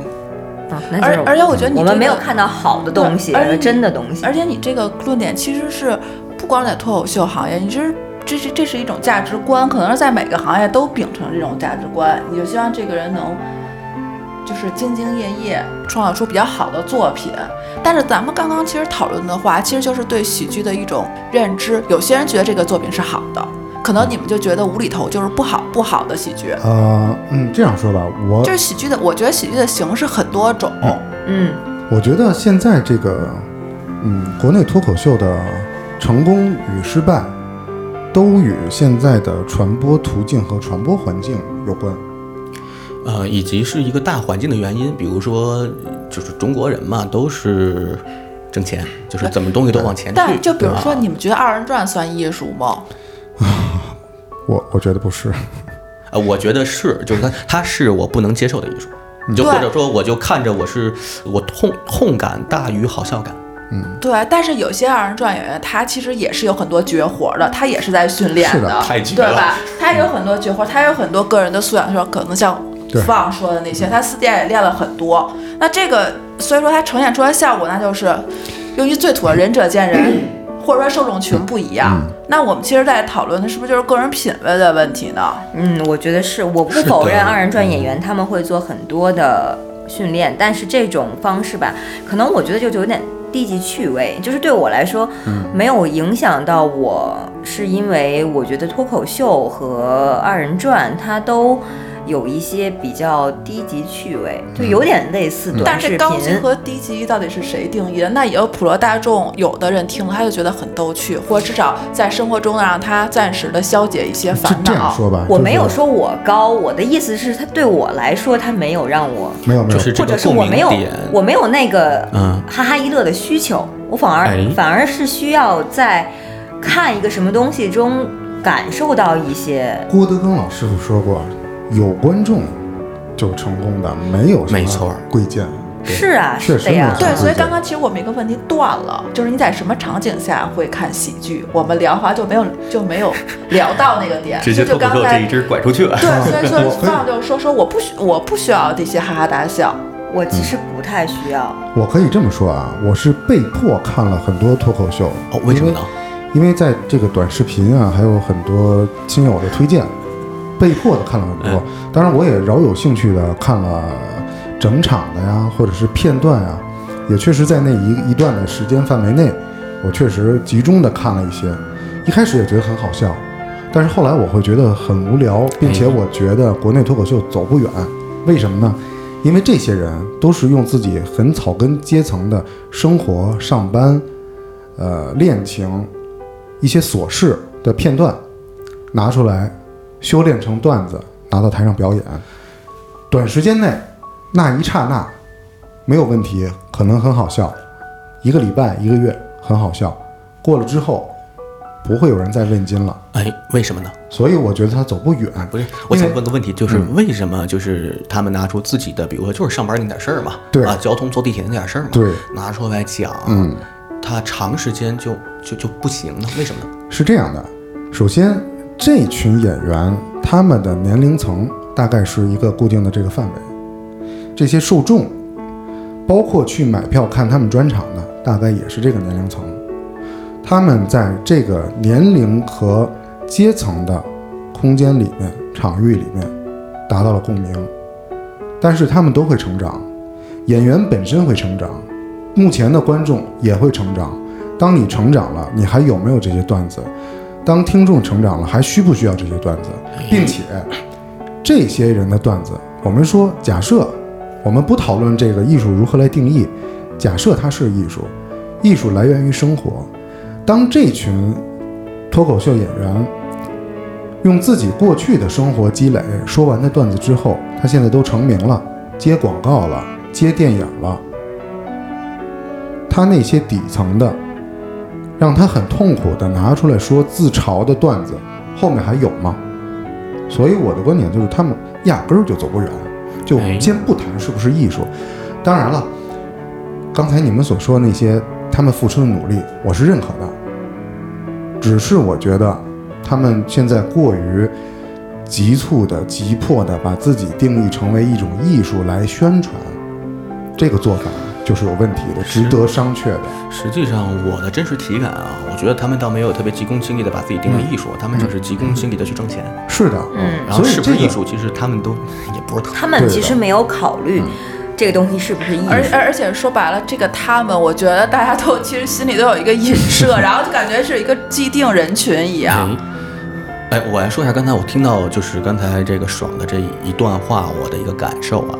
Speaker 2: 啊，那就是
Speaker 4: 而而且我觉得你
Speaker 2: 我们
Speaker 4: 这
Speaker 2: 没有
Speaker 4: 个
Speaker 2: 看到好的东西
Speaker 4: 对而且，你
Speaker 2: 真的东西
Speaker 4: 而。且你这个论点其实是不光在脱口秀行业，你这是这是这是一种价值观，可能是在每个行业都秉承这种价值观。你就希望这个人能就是兢兢业业，创造出比较好的作品。但是咱们刚刚其实讨论的话，其实就是对喜剧的一种认知。有些人觉得这个作品是好的，可能你们就觉得无厘头就是不好不好的喜剧。
Speaker 3: 呃，嗯，这样说吧，我
Speaker 4: 就是喜剧的，我觉得喜剧的形式很多种。
Speaker 2: 嗯，
Speaker 3: 我觉得现在这个，嗯，国内脱口秀的成功与失败，都与现在的传播途径和传播环境有关。
Speaker 1: 呃，以及是一个大环境的原因，比如说，就是中国人嘛，都是挣钱，就是怎么东西都往前去。
Speaker 4: 但就比如
Speaker 1: 对吧
Speaker 4: 说，你们觉得二人转算艺术吗？
Speaker 3: 我我觉得不是，
Speaker 1: 呃，我觉得是，就是它，它是我不能接受的艺术。你就
Speaker 4: 嗯对
Speaker 1: 或者说，我就看着我是我痛痛感大于好笑感。
Speaker 4: 对，但是有些二人转演员，他其实也是有很多绝活的，他也是在训练
Speaker 3: 是的
Speaker 1: 太绝
Speaker 4: 对
Speaker 1: 了
Speaker 4: 吧？他有很多绝活，他有很多个人的素养，就是可能像
Speaker 3: 对
Speaker 4: 放说的那些，他私底下也练了很多。那这个，所以说他呈现出来的效果，那就是由于最土的仁者见仁，或者说受众群不一样，
Speaker 3: 嗯
Speaker 4: 那我们其实在讨论的是不是就是个人品味的问题呢？
Speaker 2: 嗯，我觉得是，我不
Speaker 1: 是的
Speaker 2: 否认二人转演员他们会做很多的训练，但是这种方式吧，可能我觉得就有点低级趣味，就是对我来说，没有影响到我，是因为我觉得脱口秀和二人转它都。有一些比较低级趣味，就有点类似短
Speaker 4: 但
Speaker 2: 视频。
Speaker 4: 是高级和低级到底是谁定义的？那也有普罗大众，有的人听了他就觉得很逗趣，或者至少在生活中让他暂时的消解
Speaker 3: [LAUGHS]
Speaker 4: 一些
Speaker 3: 这
Speaker 4: 烦
Speaker 3: 这样
Speaker 4: 恼。
Speaker 3: 说吧，
Speaker 2: 我
Speaker 3: 就是
Speaker 2: 没有说我高，我的意思是，它对我来说，它没有让我
Speaker 3: 没有没有，
Speaker 1: 就是这
Speaker 2: 或
Speaker 1: 个
Speaker 2: 者是
Speaker 1: 共
Speaker 2: 我
Speaker 1: 鸣
Speaker 2: 没有
Speaker 1: 点，
Speaker 2: 我没有那个
Speaker 1: 嗯
Speaker 2: 哈哈一乐的需求，我反而、
Speaker 1: 哎
Speaker 2: 反而是需要在看一个什么东西中感受到一些。
Speaker 3: 郭德纲老师傅说过，有观众就成功的，没有什么
Speaker 1: 没错
Speaker 3: 贵贱。
Speaker 2: 是啊，
Speaker 3: 确
Speaker 2: 是
Speaker 3: 实
Speaker 2: 的呀
Speaker 3: 没，有
Speaker 4: 对，所以刚刚其实我们一个问题断了，就是你在什么场景下会看喜剧？我们聊好像就没有就没有聊到那个点，
Speaker 1: 直接
Speaker 4: 呃就
Speaker 1: 脱口 [LAUGHS]
Speaker 4: 刚
Speaker 1: 秀这一
Speaker 4: 才。
Speaker 1: 支拐出去了。
Speaker 4: 对，
Speaker 3: [LAUGHS]
Speaker 4: 所以
Speaker 3: 我
Speaker 4: 说
Speaker 3: 会
Speaker 4: 放就是说说我不需我不需要这些哈哈大笑，
Speaker 2: 我
Speaker 1: 嗯
Speaker 2: 其实不太需要。
Speaker 3: 我可以这么说啊，我是被迫看了很多脱口秀，
Speaker 1: 哦，为什么呢？
Speaker 3: 因为在这个短视频啊，还有很多亲友的推荐，被迫的看了很多。当然，我也饶有兴趣的看了整场的呀，或者是片段呀，也确实在那一一段的时间范围内，我确实集中的看了一些。一开始也觉得很好笑，但是后来我会觉得很无聊，并且我觉得国内脱口秀走不远。为什么呢？因为这些人都是用自己很草根阶层的生活、上班、呃恋情一些琐事的片段拿出来，修炼成段子，拿到台上表演。短时间内，那一刹那没有问题，可能很好笑，一个礼拜、一个月很好笑，过了之后不会有人再问津了。
Speaker 1: 哎，为什么呢？
Speaker 3: 所以我觉得他走不远。
Speaker 1: 不是，我想问个问题，就是
Speaker 3: 嗯
Speaker 1: 为什么就是他们拿出自己的，比如说就是上班那点事儿嘛，
Speaker 3: 对
Speaker 1: 啊，交通坐地铁那点事儿嘛，
Speaker 3: 对，
Speaker 1: 拿出来讲，
Speaker 3: 嗯，
Speaker 1: 他长时间就就就不行呢？为什么呢？
Speaker 3: 是这样的，首先这群演员他们的年龄层大概是一个固定的这个范围，这些受众，包括去买票看他们专场的，大概也是这个年龄层。他们在这个年龄和阶层的空间里面、场域里面达到了共鸣，但是他们都会成长，演员本身会成长，目前的观众也会成长。当你成长了，你还有没有这些段子？当听众成长了，还需不需要这些段子？并且，这些人的段子，我们说假设，我们不讨论这个艺术如何来定义，假设它是艺术，艺术来源于生活。当这群脱口秀演员用自己过去的生活积累说完的段子之后，他现在都成名了，接广告了，接电影了，他那些底层的让他很痛苦的拿出来说自嘲的段子，后面还有吗？所以我的观点就是，他们压根儿就走不远。就
Speaker 1: 哎
Speaker 3: 先不谈是不是艺术，当然了，刚才你们所说的那些他们付出的努力，我是认可的。只是我觉得他们现在过于急促的、急迫的把自己定义成为一种艺术来宣传，这个做法就是有问题的，值得商榷的。
Speaker 1: 实际上，我的真实体感啊，我觉得他们倒没有特别急功近利的把自己定为艺术，他们只是急功近利的去挣钱。
Speaker 3: 是的，啊
Speaker 2: 嗯
Speaker 1: 然
Speaker 3: 嗯所
Speaker 1: 后
Speaker 3: 以
Speaker 1: 是不
Speaker 3: 这
Speaker 1: 是
Speaker 3: 个
Speaker 1: 艺术，其实他们都 [LAUGHS] 也不是特。
Speaker 2: 他们
Speaker 3: 对的
Speaker 2: 其实没有考虑
Speaker 1: 嗯
Speaker 2: 这个东西是不是艺
Speaker 4: 而
Speaker 2: 术。
Speaker 4: 而而且说白了，这个他们，我觉得大家都 [LAUGHS] 其实心里都有一个影射，然后就感觉是一个既定人群一样。
Speaker 1: 嗯哎，我来说一下刚才我听到就是刚才这个爽的这一段话，我的一个感受啊，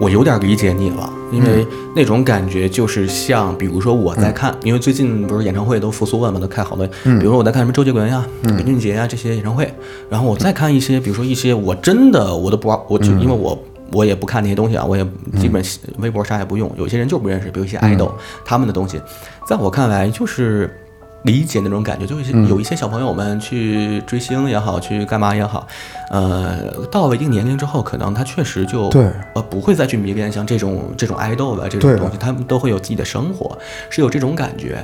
Speaker 1: 我有点理解你了，因为那种感觉就是像，比如说我在看，因为最近不是演唱会都复苏了嘛，都开好多，比如说我在看什么周杰伦呀、林俊杰呀这些演唱会，然后我再看一些，比如说一些我真的我都不玩，我就因为我。我也不看那些东西啊，我也基本微博啥也不用。有些人就不认识，比如一些爱豆、他们的东西，在我看来就是理解那种感觉，就是有一些小朋友们去追星也好，去干嘛也好，呃，到了一定年龄之后，可能他确实就
Speaker 3: 对
Speaker 1: 呃不会再去迷恋像这种这种爱豆啊了这
Speaker 3: 对
Speaker 1: 种
Speaker 3: 的
Speaker 1: 东西，他们都会有自己的生活，是有这种感觉。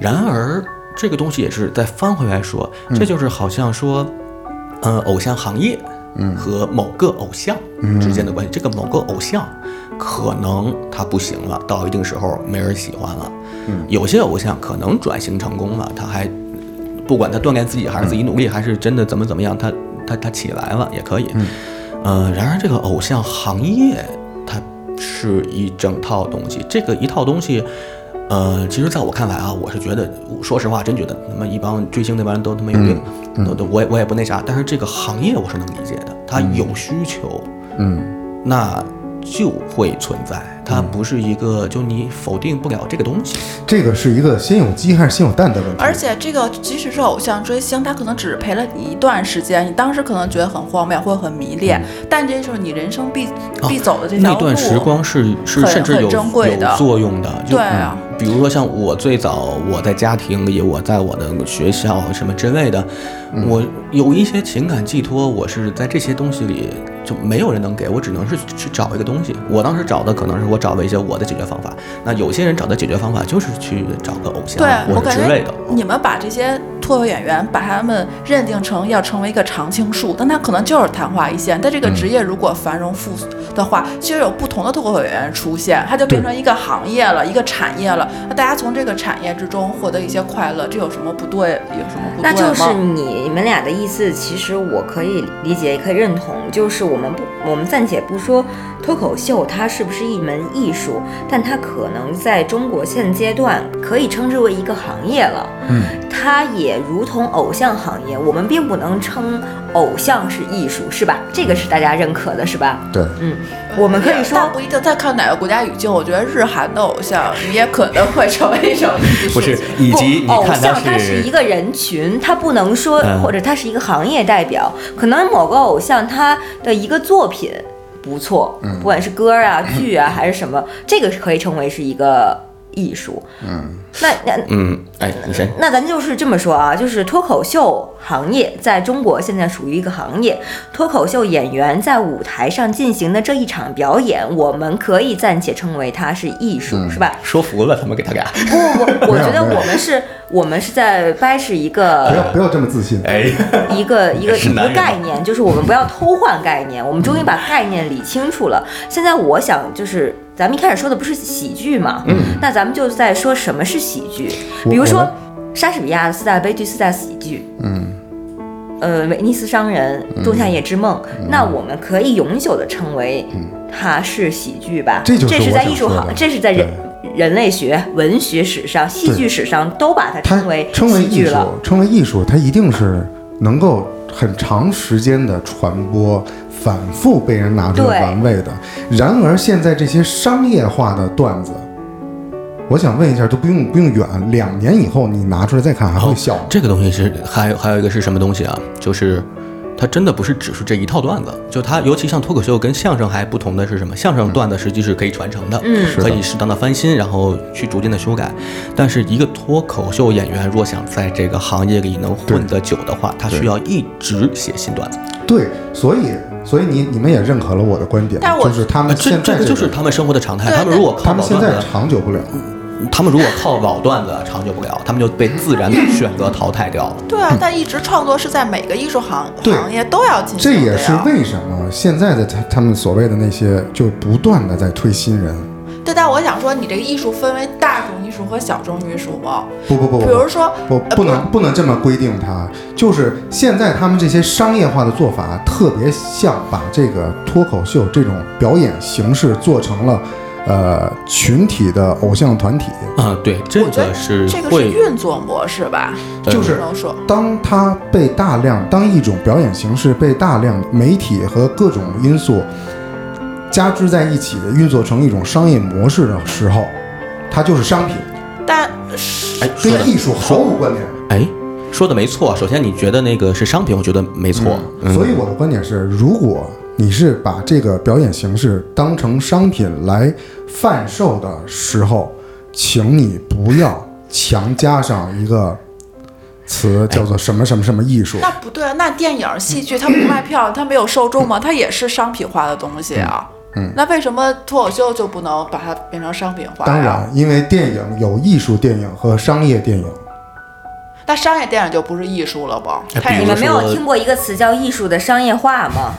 Speaker 1: 然而这个东西也是再翻回来说，这就是好像说，呃，偶像行业嗯，和某个偶像之间的关系，这个某个偶像可能他不行了，到一定时候没人喜欢了，嗯，有些偶像可能转型成功了，他还不管他锻炼自己还是自己努力，还是真的怎么怎么样，他他他起来了也可以，呃，然而这个偶像行业它是一整套东西，这个一套东西。呃，其实在我看来啊，我是觉得，说实话，真觉得他妈一帮追星那帮人都他妈有病，都都我也我也不那啥。但是这个行业我是能理解的，它有需求，
Speaker 3: 嗯
Speaker 1: 那就会存在，它不是一个就你否定不了这个东西。
Speaker 3: 这个是一个先有鸡还是先有蛋的问题。
Speaker 4: 而且这个即使是偶像追星，他可能只陪了你一段时间，你当时可能觉得很荒谬或者很迷恋，但这就是你人生必必走的这条
Speaker 1: 嗯哦那
Speaker 4: 路。
Speaker 1: 段时光是是
Speaker 4: 很
Speaker 1: 甚至
Speaker 4: 很
Speaker 1: 有
Speaker 4: 珍贵的
Speaker 1: 有作用的，就
Speaker 4: 对啊
Speaker 1: 嗯比如说像我最早我在家庭里，我在我的学校什么之类的，我有一些情感寄托，我是在这些东西里就没有人能给我，只能是去找一个东西。我当时找的可能是我找了一些我的解决方法，那有些人找的解决方法就是去找个偶像
Speaker 4: 对，
Speaker 1: 或
Speaker 4: 我
Speaker 1: 者
Speaker 4: 感
Speaker 1: 啊之类
Speaker 4: 觉
Speaker 1: 的。
Speaker 4: 你们把这些脱口演员，把他们认定成要成为一个常青树，但他可能就是昙花一现。但这个
Speaker 1: 嗯
Speaker 4: 职业如果繁荣富的话，其实有不同的脱口演员出现，它就变成一个行业了，一个产业了。那大家从这个产业之中获得一些快乐，这有什么不对？有什么不对
Speaker 2: 那
Speaker 4: 吗？
Speaker 2: 就是你们俩的意思，其实我可以理解，也可以认同。就是我们不，我们暂且不说脱口秀它是不是一门艺术，但它可能在中国现阶段可以称之为一个行业了。
Speaker 3: 嗯，
Speaker 2: 它也如同偶像行业，我们并不能称偶像是艺术，是吧？这个是大家认可的，是吧？
Speaker 3: 对，
Speaker 2: 嗯，我们可以说
Speaker 4: 但不一定。再看哪个国家语境，我觉得日韩的偶像，你也可能会成为一种艺术
Speaker 1: 不是，以及你
Speaker 2: 不偶
Speaker 1: 看
Speaker 2: 像
Speaker 1: 他
Speaker 2: 是一个人群，他不能说，
Speaker 1: 嗯
Speaker 2: 或者他是一个行业代表。可能某个偶像他的一个作品不错，
Speaker 1: 嗯
Speaker 2: 不管是歌啊、剧啊还是什么，这个是可以称为是一个艺术。嗯，那那
Speaker 1: 嗯，哎，你先。
Speaker 2: 那咱就是这么说啊，就是脱口秀行业在中国现在属于一个行业，脱口秀演员在舞台上进行的这一场表演，我们可以暂且称为它是艺
Speaker 1: 嗯
Speaker 2: 术，是吧？
Speaker 1: 说服了他们给他俩，
Speaker 2: 不，我我
Speaker 3: 没有
Speaker 2: 觉得
Speaker 3: 没有
Speaker 2: 我们是，我们是在掰扯一
Speaker 3: 不
Speaker 2: 个
Speaker 3: 要不要这么自信。
Speaker 1: 哎，
Speaker 2: 一
Speaker 3: [LAUGHS]
Speaker 2: 个一个
Speaker 1: 是
Speaker 2: 一
Speaker 1: 男
Speaker 2: 个
Speaker 1: 人
Speaker 2: 概念，就是我们不要偷换概念，我们终于把概念理清楚了。现在我想就是。咱们一开始说的不是喜剧嘛？嗯，那咱们就在说什么是喜剧，
Speaker 3: 我
Speaker 2: 比如
Speaker 3: 我嗯
Speaker 2: 说
Speaker 3: 来
Speaker 2: 莎士比亚的四大悲剧、四大喜剧，呃，威尼斯商人、
Speaker 3: 嗯
Speaker 2: 仲夏夜之梦，那我们可以永久的称为它是喜剧吧？
Speaker 3: 嗯这就是
Speaker 2: 是
Speaker 3: 我
Speaker 2: 在
Speaker 3: 想
Speaker 2: 艺术
Speaker 3: 说
Speaker 2: 行
Speaker 3: 的，
Speaker 2: 这是在人人类学、文学史上、戏剧史上都把它
Speaker 3: 它
Speaker 2: 称为
Speaker 3: 称为
Speaker 2: 喜
Speaker 3: 艺
Speaker 2: 剧
Speaker 3: 术
Speaker 2: 了。，
Speaker 3: 称为艺术，它一定是能够很长时间的传播，反复被人拿出来
Speaker 2: 对
Speaker 3: 玩味的。然而，现在这些商业化的段子，我想问一下，就不用不用远，两年以后你拿出来再看，还
Speaker 1: 哦
Speaker 3: 会笑吗？
Speaker 1: 这个东西是还有还有一个是什么东西啊？就是它真的不是只是这一套段子，就它尤其像脱口秀跟相声还不同的是什么？相声段子实际是可以传承的，
Speaker 2: 嗯
Speaker 3: 的
Speaker 1: 可以适当的翻新，然后去逐渐的修改。但是一个脱口秀演员若想在这个行业里能混得久的话，他需要一直写新段子。
Speaker 3: 对，所以所以你你们也认可了我的观点
Speaker 4: 但，我
Speaker 3: 就是他
Speaker 1: 啊
Speaker 3: 们
Speaker 1: 这
Speaker 3: 现
Speaker 1: 这
Speaker 3: 在
Speaker 1: 个就是
Speaker 3: 种
Speaker 1: 他们生活的常态。
Speaker 4: 对
Speaker 1: 他们如果
Speaker 3: 他
Speaker 1: 靠
Speaker 3: 们
Speaker 1: 老
Speaker 3: 现
Speaker 1: 段
Speaker 3: 在
Speaker 1: 子，
Speaker 3: 长久不了。
Speaker 1: 他们如果靠老段子长久不了，他们就被自然的选择淘汰掉了。
Speaker 4: 对啊，但一直创作是在每个艺术行
Speaker 3: 对
Speaker 4: 行业都要进行
Speaker 3: 这
Speaker 4: 的呀。
Speaker 3: 也是为什么现在的他他们所谓的那些，就不断的在推新人。
Speaker 4: 对，但我想说，你这个艺术分为大众艺术和小众艺术吗？
Speaker 3: 不不不，
Speaker 4: 比
Speaker 3: 不
Speaker 4: 如说，
Speaker 3: 不
Speaker 4: 呃
Speaker 3: 不能不能这么规定它，就是现在他们这些商业化的做法，特别像把这个脱口秀这种表演形式做成了，呃，群体的偶像团体。
Speaker 1: 啊，对，这
Speaker 4: 我觉得
Speaker 1: 个是
Speaker 4: 这个是
Speaker 1: 会
Speaker 4: 运作模式吧？
Speaker 1: 呃
Speaker 3: 就是
Speaker 4: 不能说。
Speaker 3: 当它被大量当一种表演形式被大量媒体和各种因素加之在一起，运作成一种商业模式的时候，它就是商品，
Speaker 4: 但
Speaker 1: 哎说的
Speaker 3: 跟艺术毫无关联。
Speaker 1: 哎，说的没错。啊首先，你觉得那个是商品，我觉得没错。嗯
Speaker 3: 所以我的观点是，如果你是把这个表演形式当成商品来贩售的时候，请你不要强加上一个词叫
Speaker 1: 哎
Speaker 3: 做什么什么什么艺术。
Speaker 4: 那不对啊，那电影、戏剧它不卖票，它没有受众吗？它也是商品化的东西啊。嗯，那为什么脱口秀就不能把它
Speaker 2: 啊
Speaker 4: 变成商品化呀？
Speaker 3: 当然，因为电影有艺术电影和商业电影，
Speaker 4: 那商业电影就不是艺术了吧？
Speaker 1: 哎
Speaker 4: 它
Speaker 1: 比
Speaker 2: 你
Speaker 4: 也
Speaker 1: 如
Speaker 2: 们
Speaker 4: 是
Speaker 2: 没有听过一个词叫艺术的商业化吗？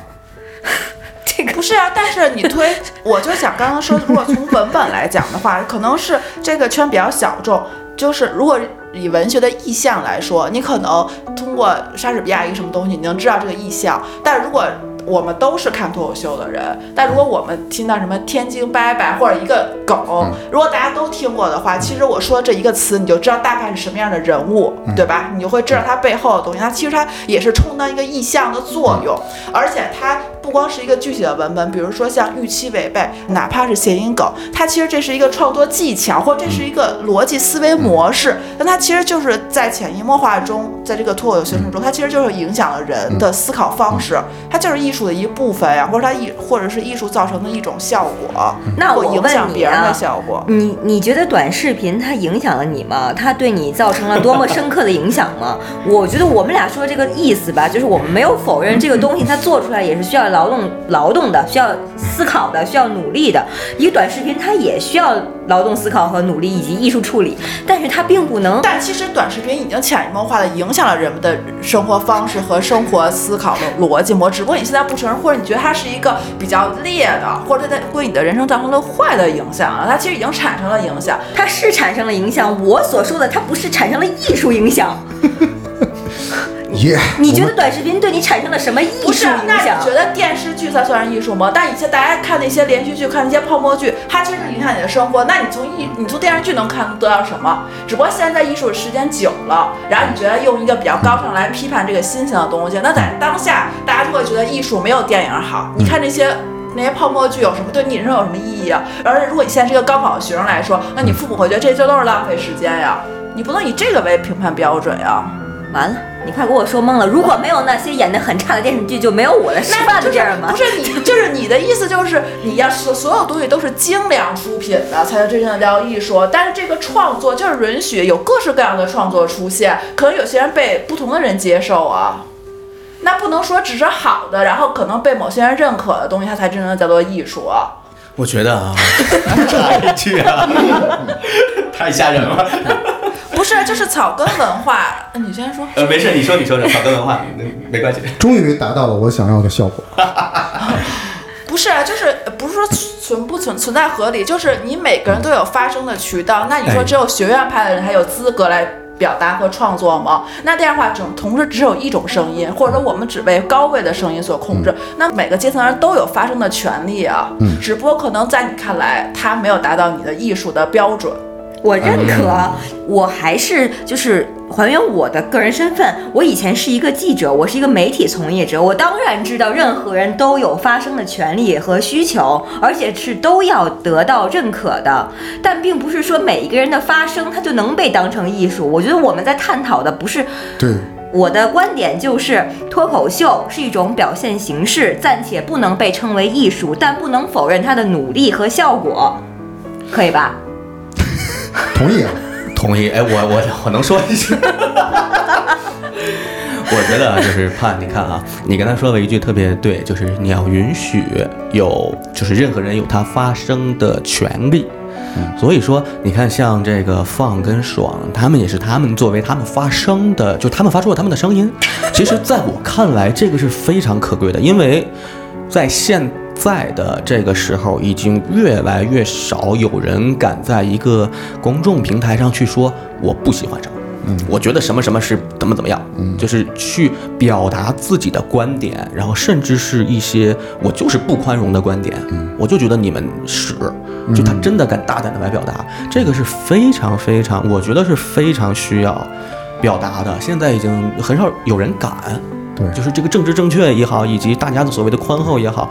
Speaker 2: 这个
Speaker 4: 不是啊，但是你推， [LAUGHS] 我就想刚刚说，如果从文本来讲的话，可能是这个圈比较小众。就是如果以文学的意象来说，你可能通过莎士比亚一个什么东西，你能知道这个意象。但如果我们都是看脱口秀的人，但如果我们听到什么天津拜拜或者一个梗，
Speaker 1: 嗯
Speaker 4: 如果大家都听过的话，其实我说这一个词，你就知道大概是什么样的人物，
Speaker 1: 嗯
Speaker 4: 对吧？你就会知道它背后的东西。它其实它也是充当一个意象的作用，而且它不光是一个具体的文本，比如说像预期违背，哪怕是谐音梗，它其实这是一个创作技巧，或者这是一个逻辑思维模式，但它其实就是在潜移默化中，在这个脱口秀形式中，它其实就是影响了人的思考方式，它就是艺术的一部分呀、或者它艺或者是艺术造成的一种效果，
Speaker 2: 那
Speaker 4: 或
Speaker 2: 我
Speaker 4: 影
Speaker 2: 问
Speaker 4: 响
Speaker 2: 你
Speaker 4: 别人
Speaker 2: 啊
Speaker 4: 的效果。
Speaker 2: 你你觉得短视频它影响了你吗？它对你造成了多么深刻的影响吗？我觉得我们俩说这个意思吧，就是我们没有否认这个东西它做出来也是需要劳动劳动的，需要思考的，需要努力的。一个短视频它也需要劳动、思考和努力以及艺术处理，但是它并不能。
Speaker 4: 但其实短视频已经潜移默化的影响了人们的生活方式和生活思考的逻辑模式，只不过你现在不承认，或者你觉得它是一个比较劣的，或者它对你的人生造成了坏的影响啊，它其实已经产生了影响。
Speaker 2: 它是产生了影响，我所说的它不是产生了艺术影响。
Speaker 3: 耶、
Speaker 2: 你觉得短视频对你产生了什么艺
Speaker 4: 不
Speaker 2: 术
Speaker 4: 是，
Speaker 2: 影
Speaker 4: 那
Speaker 2: 响
Speaker 4: 你？觉得电视剧才算是艺术吗？但以前大家看那些连续剧、看那些泡沫剧，它其实是影响你的生活。那你从艺，你从电视剧能看得到什么？只不过现在艺术时间久了，然后你觉得用一个比较高尚来批判这个新型的东西，那在当下大家就会觉得艺术没有电影好。你看那些。那些泡沫剧有什么对你人生有什么意义啊？而且如果你现在是一个高考的学生来说，那你父母会觉得这就都是浪费时间呀、你不能以这个为评判标准呀、
Speaker 2: 完了，你快给我说懵了。如果没有那些演的很差的电视剧，就没有我的吃饭的
Speaker 4: 就是
Speaker 2: 地儿吗
Speaker 4: 不？是你，就是你的意思就是你要所所有东西都是精良出品的，才能真正的叫艺术。但是这个创作就是允许有各式各样的创作出现，可能有些人被不同的人接受啊。那不能说只是好的，然后可能被某些人认可的东西，它才真正的叫做艺术啊。
Speaker 1: 我觉得啊，插一句啊，太吓人了。
Speaker 4: 不是，就是草根文化。 [COUGHS] 你先说，
Speaker 1: 呃，没事，你说你说的草根文化没关系。
Speaker 3: 终于达到了我想要的效果。
Speaker 4: 不是，啊就是呃不是说存不存存在合理，就是你每个人都有发声的渠道。那你说
Speaker 1: 哎
Speaker 4: 只有学院派的人才有资格来表达和创作吗？那这样的话，整同时只有一种声音，或者说我们只为高位的声音所控制。那每个阶层人都有发声的权利啊，只不过可能在你看来，他没有达到你的艺术的标准。
Speaker 2: 我认可，
Speaker 4: 嗯
Speaker 2: 我还是就是还原我的个人身份。我以前是一个记者，我是一个媒体从业者，我当然知道任何人都有发声的权利和需求，而且是都要得到认可的。但并不是说每一个人的发声他就能被当成艺术。我觉得我们在探讨的不是
Speaker 3: 对，
Speaker 2: 我的观点就是，脱口秀是一种表现形式，暂且不能被称为艺术，但不能否认它的努力和效果，可以吧？
Speaker 3: 同意啊。
Speaker 1: [LAUGHS] 同意，哎，我我我能说一句。 [LAUGHS] 我觉得啊就是盼，你看啊，你刚才说了一句特别对，就是你要允许有，就是任何人有他发声的权利。所以说，你看像这个放跟爽，他们也是他们作为他们发声的，就他们发出了他们的声音。其实，在我看来，这个是非常可贵的，因为在现在的这个时候，已经越来越少有人敢在一个公众平台上去说我不喜欢什么。嗯，我觉得什么什么是怎么怎么样，嗯，就是去表达自己的观点，然后甚至是一些我就是不宽容的观点，嗯，我就觉得你们屎，就他真的敢大胆的来表达，这个是非常非常，我觉得是非常需要表达的，现在已经很少有人敢，
Speaker 3: 对
Speaker 1: 就是这个政治正确也好，以及大家的所谓的宽厚也好，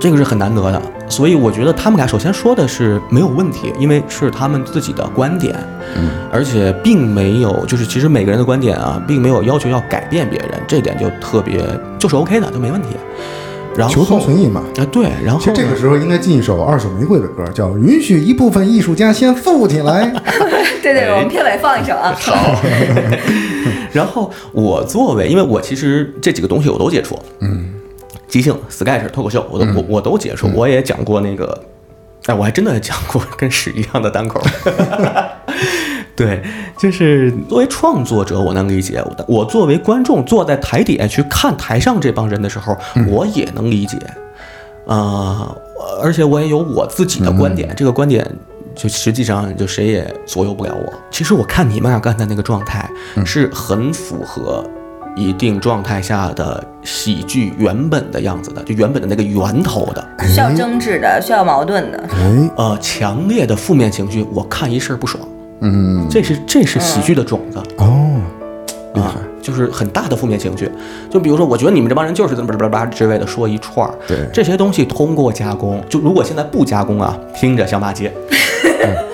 Speaker 1: 这个是很难得的。所以我觉得他们俩首先说的是没有问题，因为是他们自己的观点，嗯，而且并没有就是其实每个人的观点啊，并没有要求要改变别人，这点就特别就是 OK 的，就没问题。然后
Speaker 3: 求同存异嘛。
Speaker 1: 啊，对，然后
Speaker 3: 其实这
Speaker 1: 呢
Speaker 3: 个时候应该进一首二手玫瑰的歌，叫《允许一部分艺术家先富起来》。
Speaker 2: [LAUGHS] 对对，我们片尾放一首啊。哎 [LAUGHS] 好，
Speaker 1: 然后我作为，因为我其实这几个东西我都接触，嗯，即兴、sketch、脱口秀，我都、我我都接触，我也讲过那个，哎，我还真的讲过跟屎一样的单口， [LAUGHS] 对，就是作为创作者，我能理解；我作为观众坐在台底下去看台上这帮人的时候，我也能理解。啊、我而且我也有我自己的观
Speaker 3: 嗯
Speaker 1: 点，这个观点就实际上就谁也左右不了我。其实我看你们俩刚才那个状态，
Speaker 3: 嗯
Speaker 1: 是很符合一定状态下的喜剧原本的样子的，就原本的那个源头的。
Speaker 2: 需要争执的，需要矛盾的，
Speaker 3: 哎，
Speaker 1: 呃，强烈的负面情绪，我看一事儿不爽，
Speaker 3: 嗯，
Speaker 1: 这是这是喜剧的种子。
Speaker 3: 哦，厉害
Speaker 1: 啊，就是很大的负面情绪。就比如说，我觉得你们这帮人就是这么叭叭叭之类的说一串儿，
Speaker 3: 对
Speaker 1: 这些东西通过加工，就如果现在不加工啊，听着像骂
Speaker 3: [LAUGHS]
Speaker 1: 街。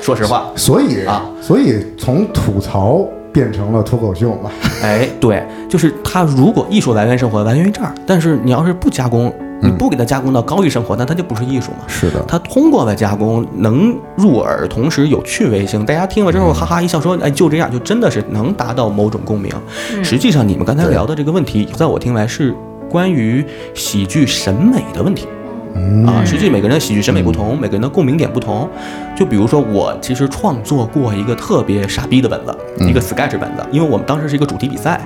Speaker 1: 说实话，
Speaker 3: 所以
Speaker 1: 啊，
Speaker 3: 所以从吐槽变成了脱口秀嘛，
Speaker 1: 哎，对，就是它如果艺术来源于生活，来源于这儿，但是你要是不加工，你不给它加工到高于生活，那它就不是艺术嘛。
Speaker 3: 嗯是的，
Speaker 1: 它通过了加工能入耳，同时有趣味性，大家听了之
Speaker 3: 嗯
Speaker 1: 后哈哈一笑说，哎，就这样，就真的是能达到某种共鸣。实际上，你们刚才聊的这个问题，在我听来是关于喜剧审美的问题。啊，实际每个人的喜剧审美不同，每个人的共鸣点不同。就比如说，我其实创作过一个特别傻逼的本子，一个 sketch 本子，因为我们当时是一个主题比赛，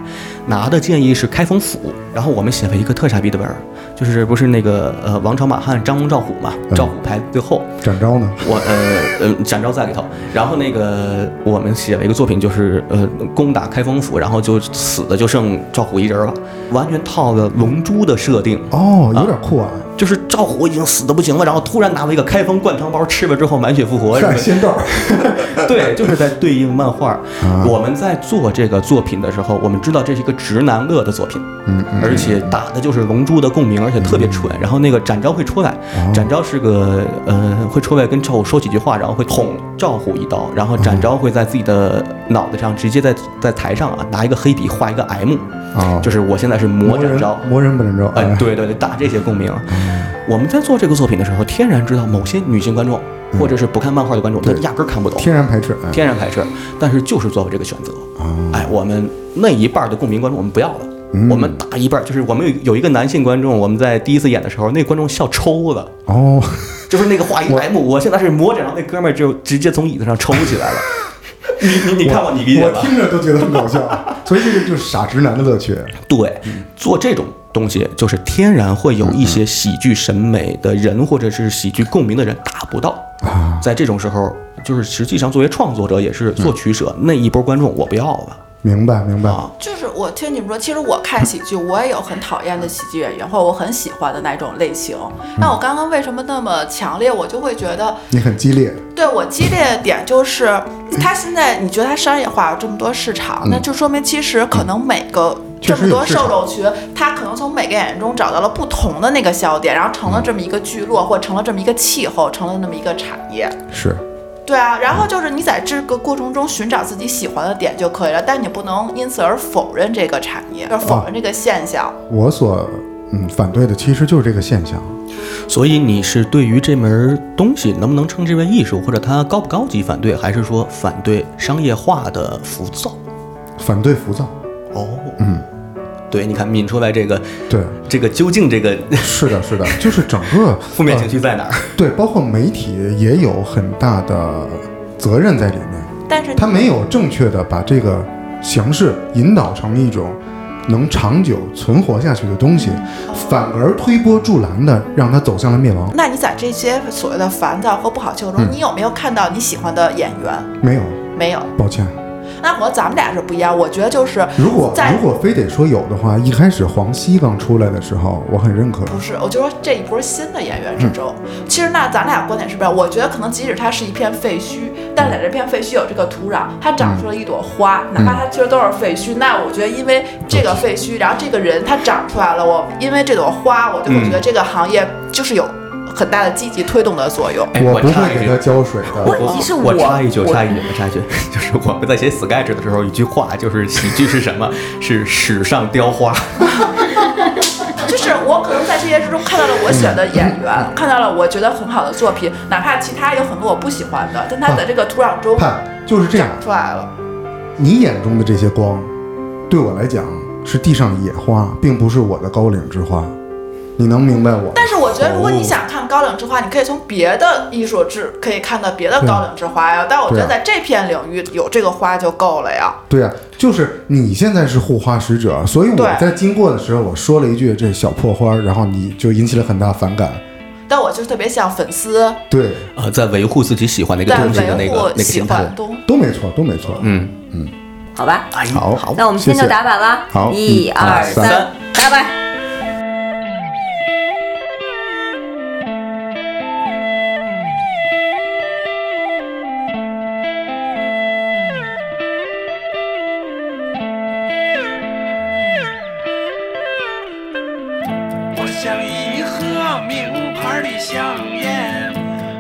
Speaker 1: 拿的建议是开封府，然后我们写了一个特傻逼的本儿，就是不是那个呃王朝马汉张龙赵虎嘛，赵虎排最后，
Speaker 3: 展昭呢？
Speaker 1: 我呃呃展昭在里头，然后那个我们写了一个作品，就是呃攻打开封府，然后就死的就剩赵虎一人了，完全套了《龙珠》的设定。
Speaker 3: 哦，有点酷啊，
Speaker 1: 就是赵虎已经死的不行了，然后突然拿了一个开封灌汤包，吃了之后满血复活，是吧
Speaker 3: [LAUGHS] 看仙豆
Speaker 1: [LAUGHS]
Speaker 3: 儿，
Speaker 1: 对，就是在对应漫画。
Speaker 3: 啊
Speaker 1: 我们在做这个作品的时候，我们知道这是一个直男乐的作品，
Speaker 3: 嗯
Speaker 1: 而且打的就是《龙珠》的共鸣，而且特别蠢。然后那个展昭会出来，
Speaker 3: 哦
Speaker 1: 展昭是个呃会出来跟赵虎说几句话，然后会捅赵虎一刀，然
Speaker 3: 嗯
Speaker 1: 后展昭会在自己的脑袋上直接在在台上啊拿一个黑笔画一个 M，
Speaker 3: 啊，
Speaker 1: 就是我现在是魔
Speaker 3: 魔
Speaker 1: 展
Speaker 3: 人
Speaker 1: 昭，
Speaker 3: 魔人不展昭，
Speaker 1: 哎，
Speaker 3: 哎，
Speaker 1: 对对对，打这些共鸣。
Speaker 3: 嗯
Speaker 1: 我们在做这个作品的时候，天然知道某些女性观众，或者是不看漫画的观众，他压根儿看不懂，
Speaker 3: 嗯天然哦排斥，哎
Speaker 1: 天然排斥，但是就是做了这个选择。哎，我们那一半儿的共鸣观众我们不要了，
Speaker 3: 嗯
Speaker 1: 我们打一半儿，就是我们有有一个男性观众，我们在第一次演的时候，那观众笑抽了。
Speaker 3: 哦，
Speaker 1: 就是那个画一 M，我现在是魔掌，那哥们儿就直接从椅子上抽起
Speaker 3: [LAUGHS]
Speaker 1: 来了。你你你看我，你理解
Speaker 3: 我
Speaker 1: 吧？
Speaker 3: 听着都觉得很搞笑，
Speaker 1: [LAUGHS]
Speaker 3: 所以这个就是傻直男的乐趣，
Speaker 1: 对，做这种东西就是天然会有一些喜剧审美的人，或者是喜剧共鸣的人达不到
Speaker 3: 啊。
Speaker 1: 在这种时候，就是实际上作为创作者也是做取舍，那一波观众我不要了
Speaker 3: 明白明白，
Speaker 1: 啊。
Speaker 4: 就是我听你们说，其实我看喜剧，我也有很讨厌的喜剧演员，或者我很喜欢的那种类型。那我刚刚为什么那么强烈？我就会觉得，
Speaker 3: 你很激烈，
Speaker 4: 对我激烈的点就是，他现在你觉得他商业化有这么多市场，那就说明其实可能每个
Speaker 3: 嗯确
Speaker 4: 这
Speaker 3: 实
Speaker 4: 么
Speaker 3: 有
Speaker 4: 多
Speaker 3: 市场
Speaker 4: 受众群，他可能从每个演员中找到了不同的那个笑点，然后
Speaker 3: 嗯
Speaker 4: 成了这么一个聚落，或成了这么一个气候，成了那么一个产业。
Speaker 3: 是
Speaker 4: 对啊，然后就是你在这个过程中寻找自己喜欢的点就可以了，但你不能因此而否认这个产业，就
Speaker 3: 啊
Speaker 4: 是否认这个现象。
Speaker 3: 我所嗯反对的其实就是这个现象，
Speaker 1: 所以你是对于这门东西能不能称之为艺术，或者它高不高级反对，还是说反对商业化的浮躁？
Speaker 3: 反对浮躁，
Speaker 1: 哦，嗯，对，你看抿出来这个，
Speaker 3: 对，
Speaker 1: 这个究竟这个
Speaker 3: 是的，是的， [LAUGHS] 就是整个
Speaker 1: 负面情绪在哪儿？啊
Speaker 3: 对，包括媒体也有很大的责任在里面，
Speaker 4: 但是你
Speaker 3: 他没有正确的把这个形式引导成一种能长久存活下去的东西，反而推波助澜的让它走向了灭亡。
Speaker 4: 那你在这些所谓的烦躁和不好听中，
Speaker 3: 嗯
Speaker 4: 你有没有看到你喜欢的演员？
Speaker 3: 没有，
Speaker 4: 没有。
Speaker 3: 抱歉，
Speaker 4: 那和咱们俩是不一样，我觉得就是
Speaker 3: 如果
Speaker 4: 在
Speaker 3: 如果非得说有的话，一开始黄西刚出来的时候，我很认可。
Speaker 4: 不是，我就说这一波新的演
Speaker 3: 嗯
Speaker 4: 员之中，其实那咱俩观点是不一样。我觉得可能即使它是一片废墟，但在这片废墟有这个土壤，它长
Speaker 3: 嗯
Speaker 4: 出了一朵花，哪怕它其实都是废墟。那我觉得因为这个废墟，然后这个人他长出来了，我因为这朵花，我就会觉
Speaker 3: 嗯
Speaker 4: 得这个行业就是有很大的积极推动的作用。
Speaker 1: 哎
Speaker 3: 我不
Speaker 1: 插
Speaker 3: 会
Speaker 1: 一
Speaker 3: 给
Speaker 1: 句
Speaker 3: 他浇水的。
Speaker 2: 问题是
Speaker 1: 我
Speaker 2: 我
Speaker 1: 插一句，
Speaker 2: 我
Speaker 1: 插一句，我插一句， [LAUGHS] 就是我们在写 sketch 的时候，一句话就是喜剧是什么？是史上雕花。
Speaker 4: 就是我可能在这些之中看到了我喜欢
Speaker 3: 嗯
Speaker 4: 的演员，看到了我觉得很好的作品，哪怕其他有很多我不喜欢的，但它在这个土壤中
Speaker 3: 盼就是这样，
Speaker 4: 出来了。
Speaker 3: 你眼中的这些光，对我来讲是地上的野花，并不是我的高岭之花。你能明白我？
Speaker 1: 哦
Speaker 4: 但是我觉得，如果你想看看高岭之花，你可以从别的艺术制可以看到别
Speaker 1: 啊
Speaker 4: 的高岭之花呀。但我觉得在这片领域有这个花就够了呀。
Speaker 3: 对啊，就是你现在是护花使者，所以
Speaker 4: 对
Speaker 3: 我在经过的时候，我说了一句这小破花，然后你就引起了很大反感。
Speaker 4: 但我就特别像粉丝
Speaker 3: 对，
Speaker 1: 呃，在维护自己喜欢的一个
Speaker 4: 在
Speaker 1: 东西的那
Speaker 4: 维
Speaker 1: 个那
Speaker 4: 护
Speaker 1: 个
Speaker 4: 喜
Speaker 1: 心态
Speaker 4: 欢。东
Speaker 3: 都没错，都没错。
Speaker 1: 嗯，
Speaker 2: 好吧，
Speaker 1: 哎，
Speaker 3: 好，
Speaker 2: 那我们今天就
Speaker 3: 谢谢
Speaker 2: 打板啦。
Speaker 3: 好
Speaker 2: 一
Speaker 3: 一
Speaker 2: 二
Speaker 3: 二
Speaker 2: 嗯三
Speaker 1: 三，
Speaker 2: 拜拜。
Speaker 6: 我像一盒名牌的香烟，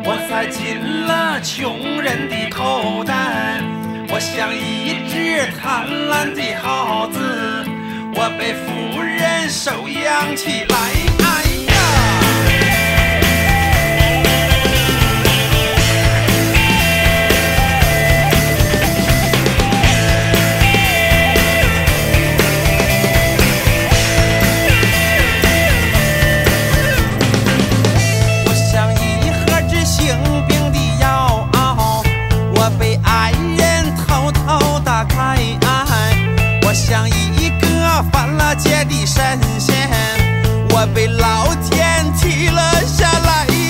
Speaker 6: 我塞进了穷人的口袋。我像一只贪婪的耗子，我被夫人收养起来。哎呀！我像一盒治性病的药，我被爱人偷偷打开。我像一个犯了戒的神仙，我被老天踢了下来。哎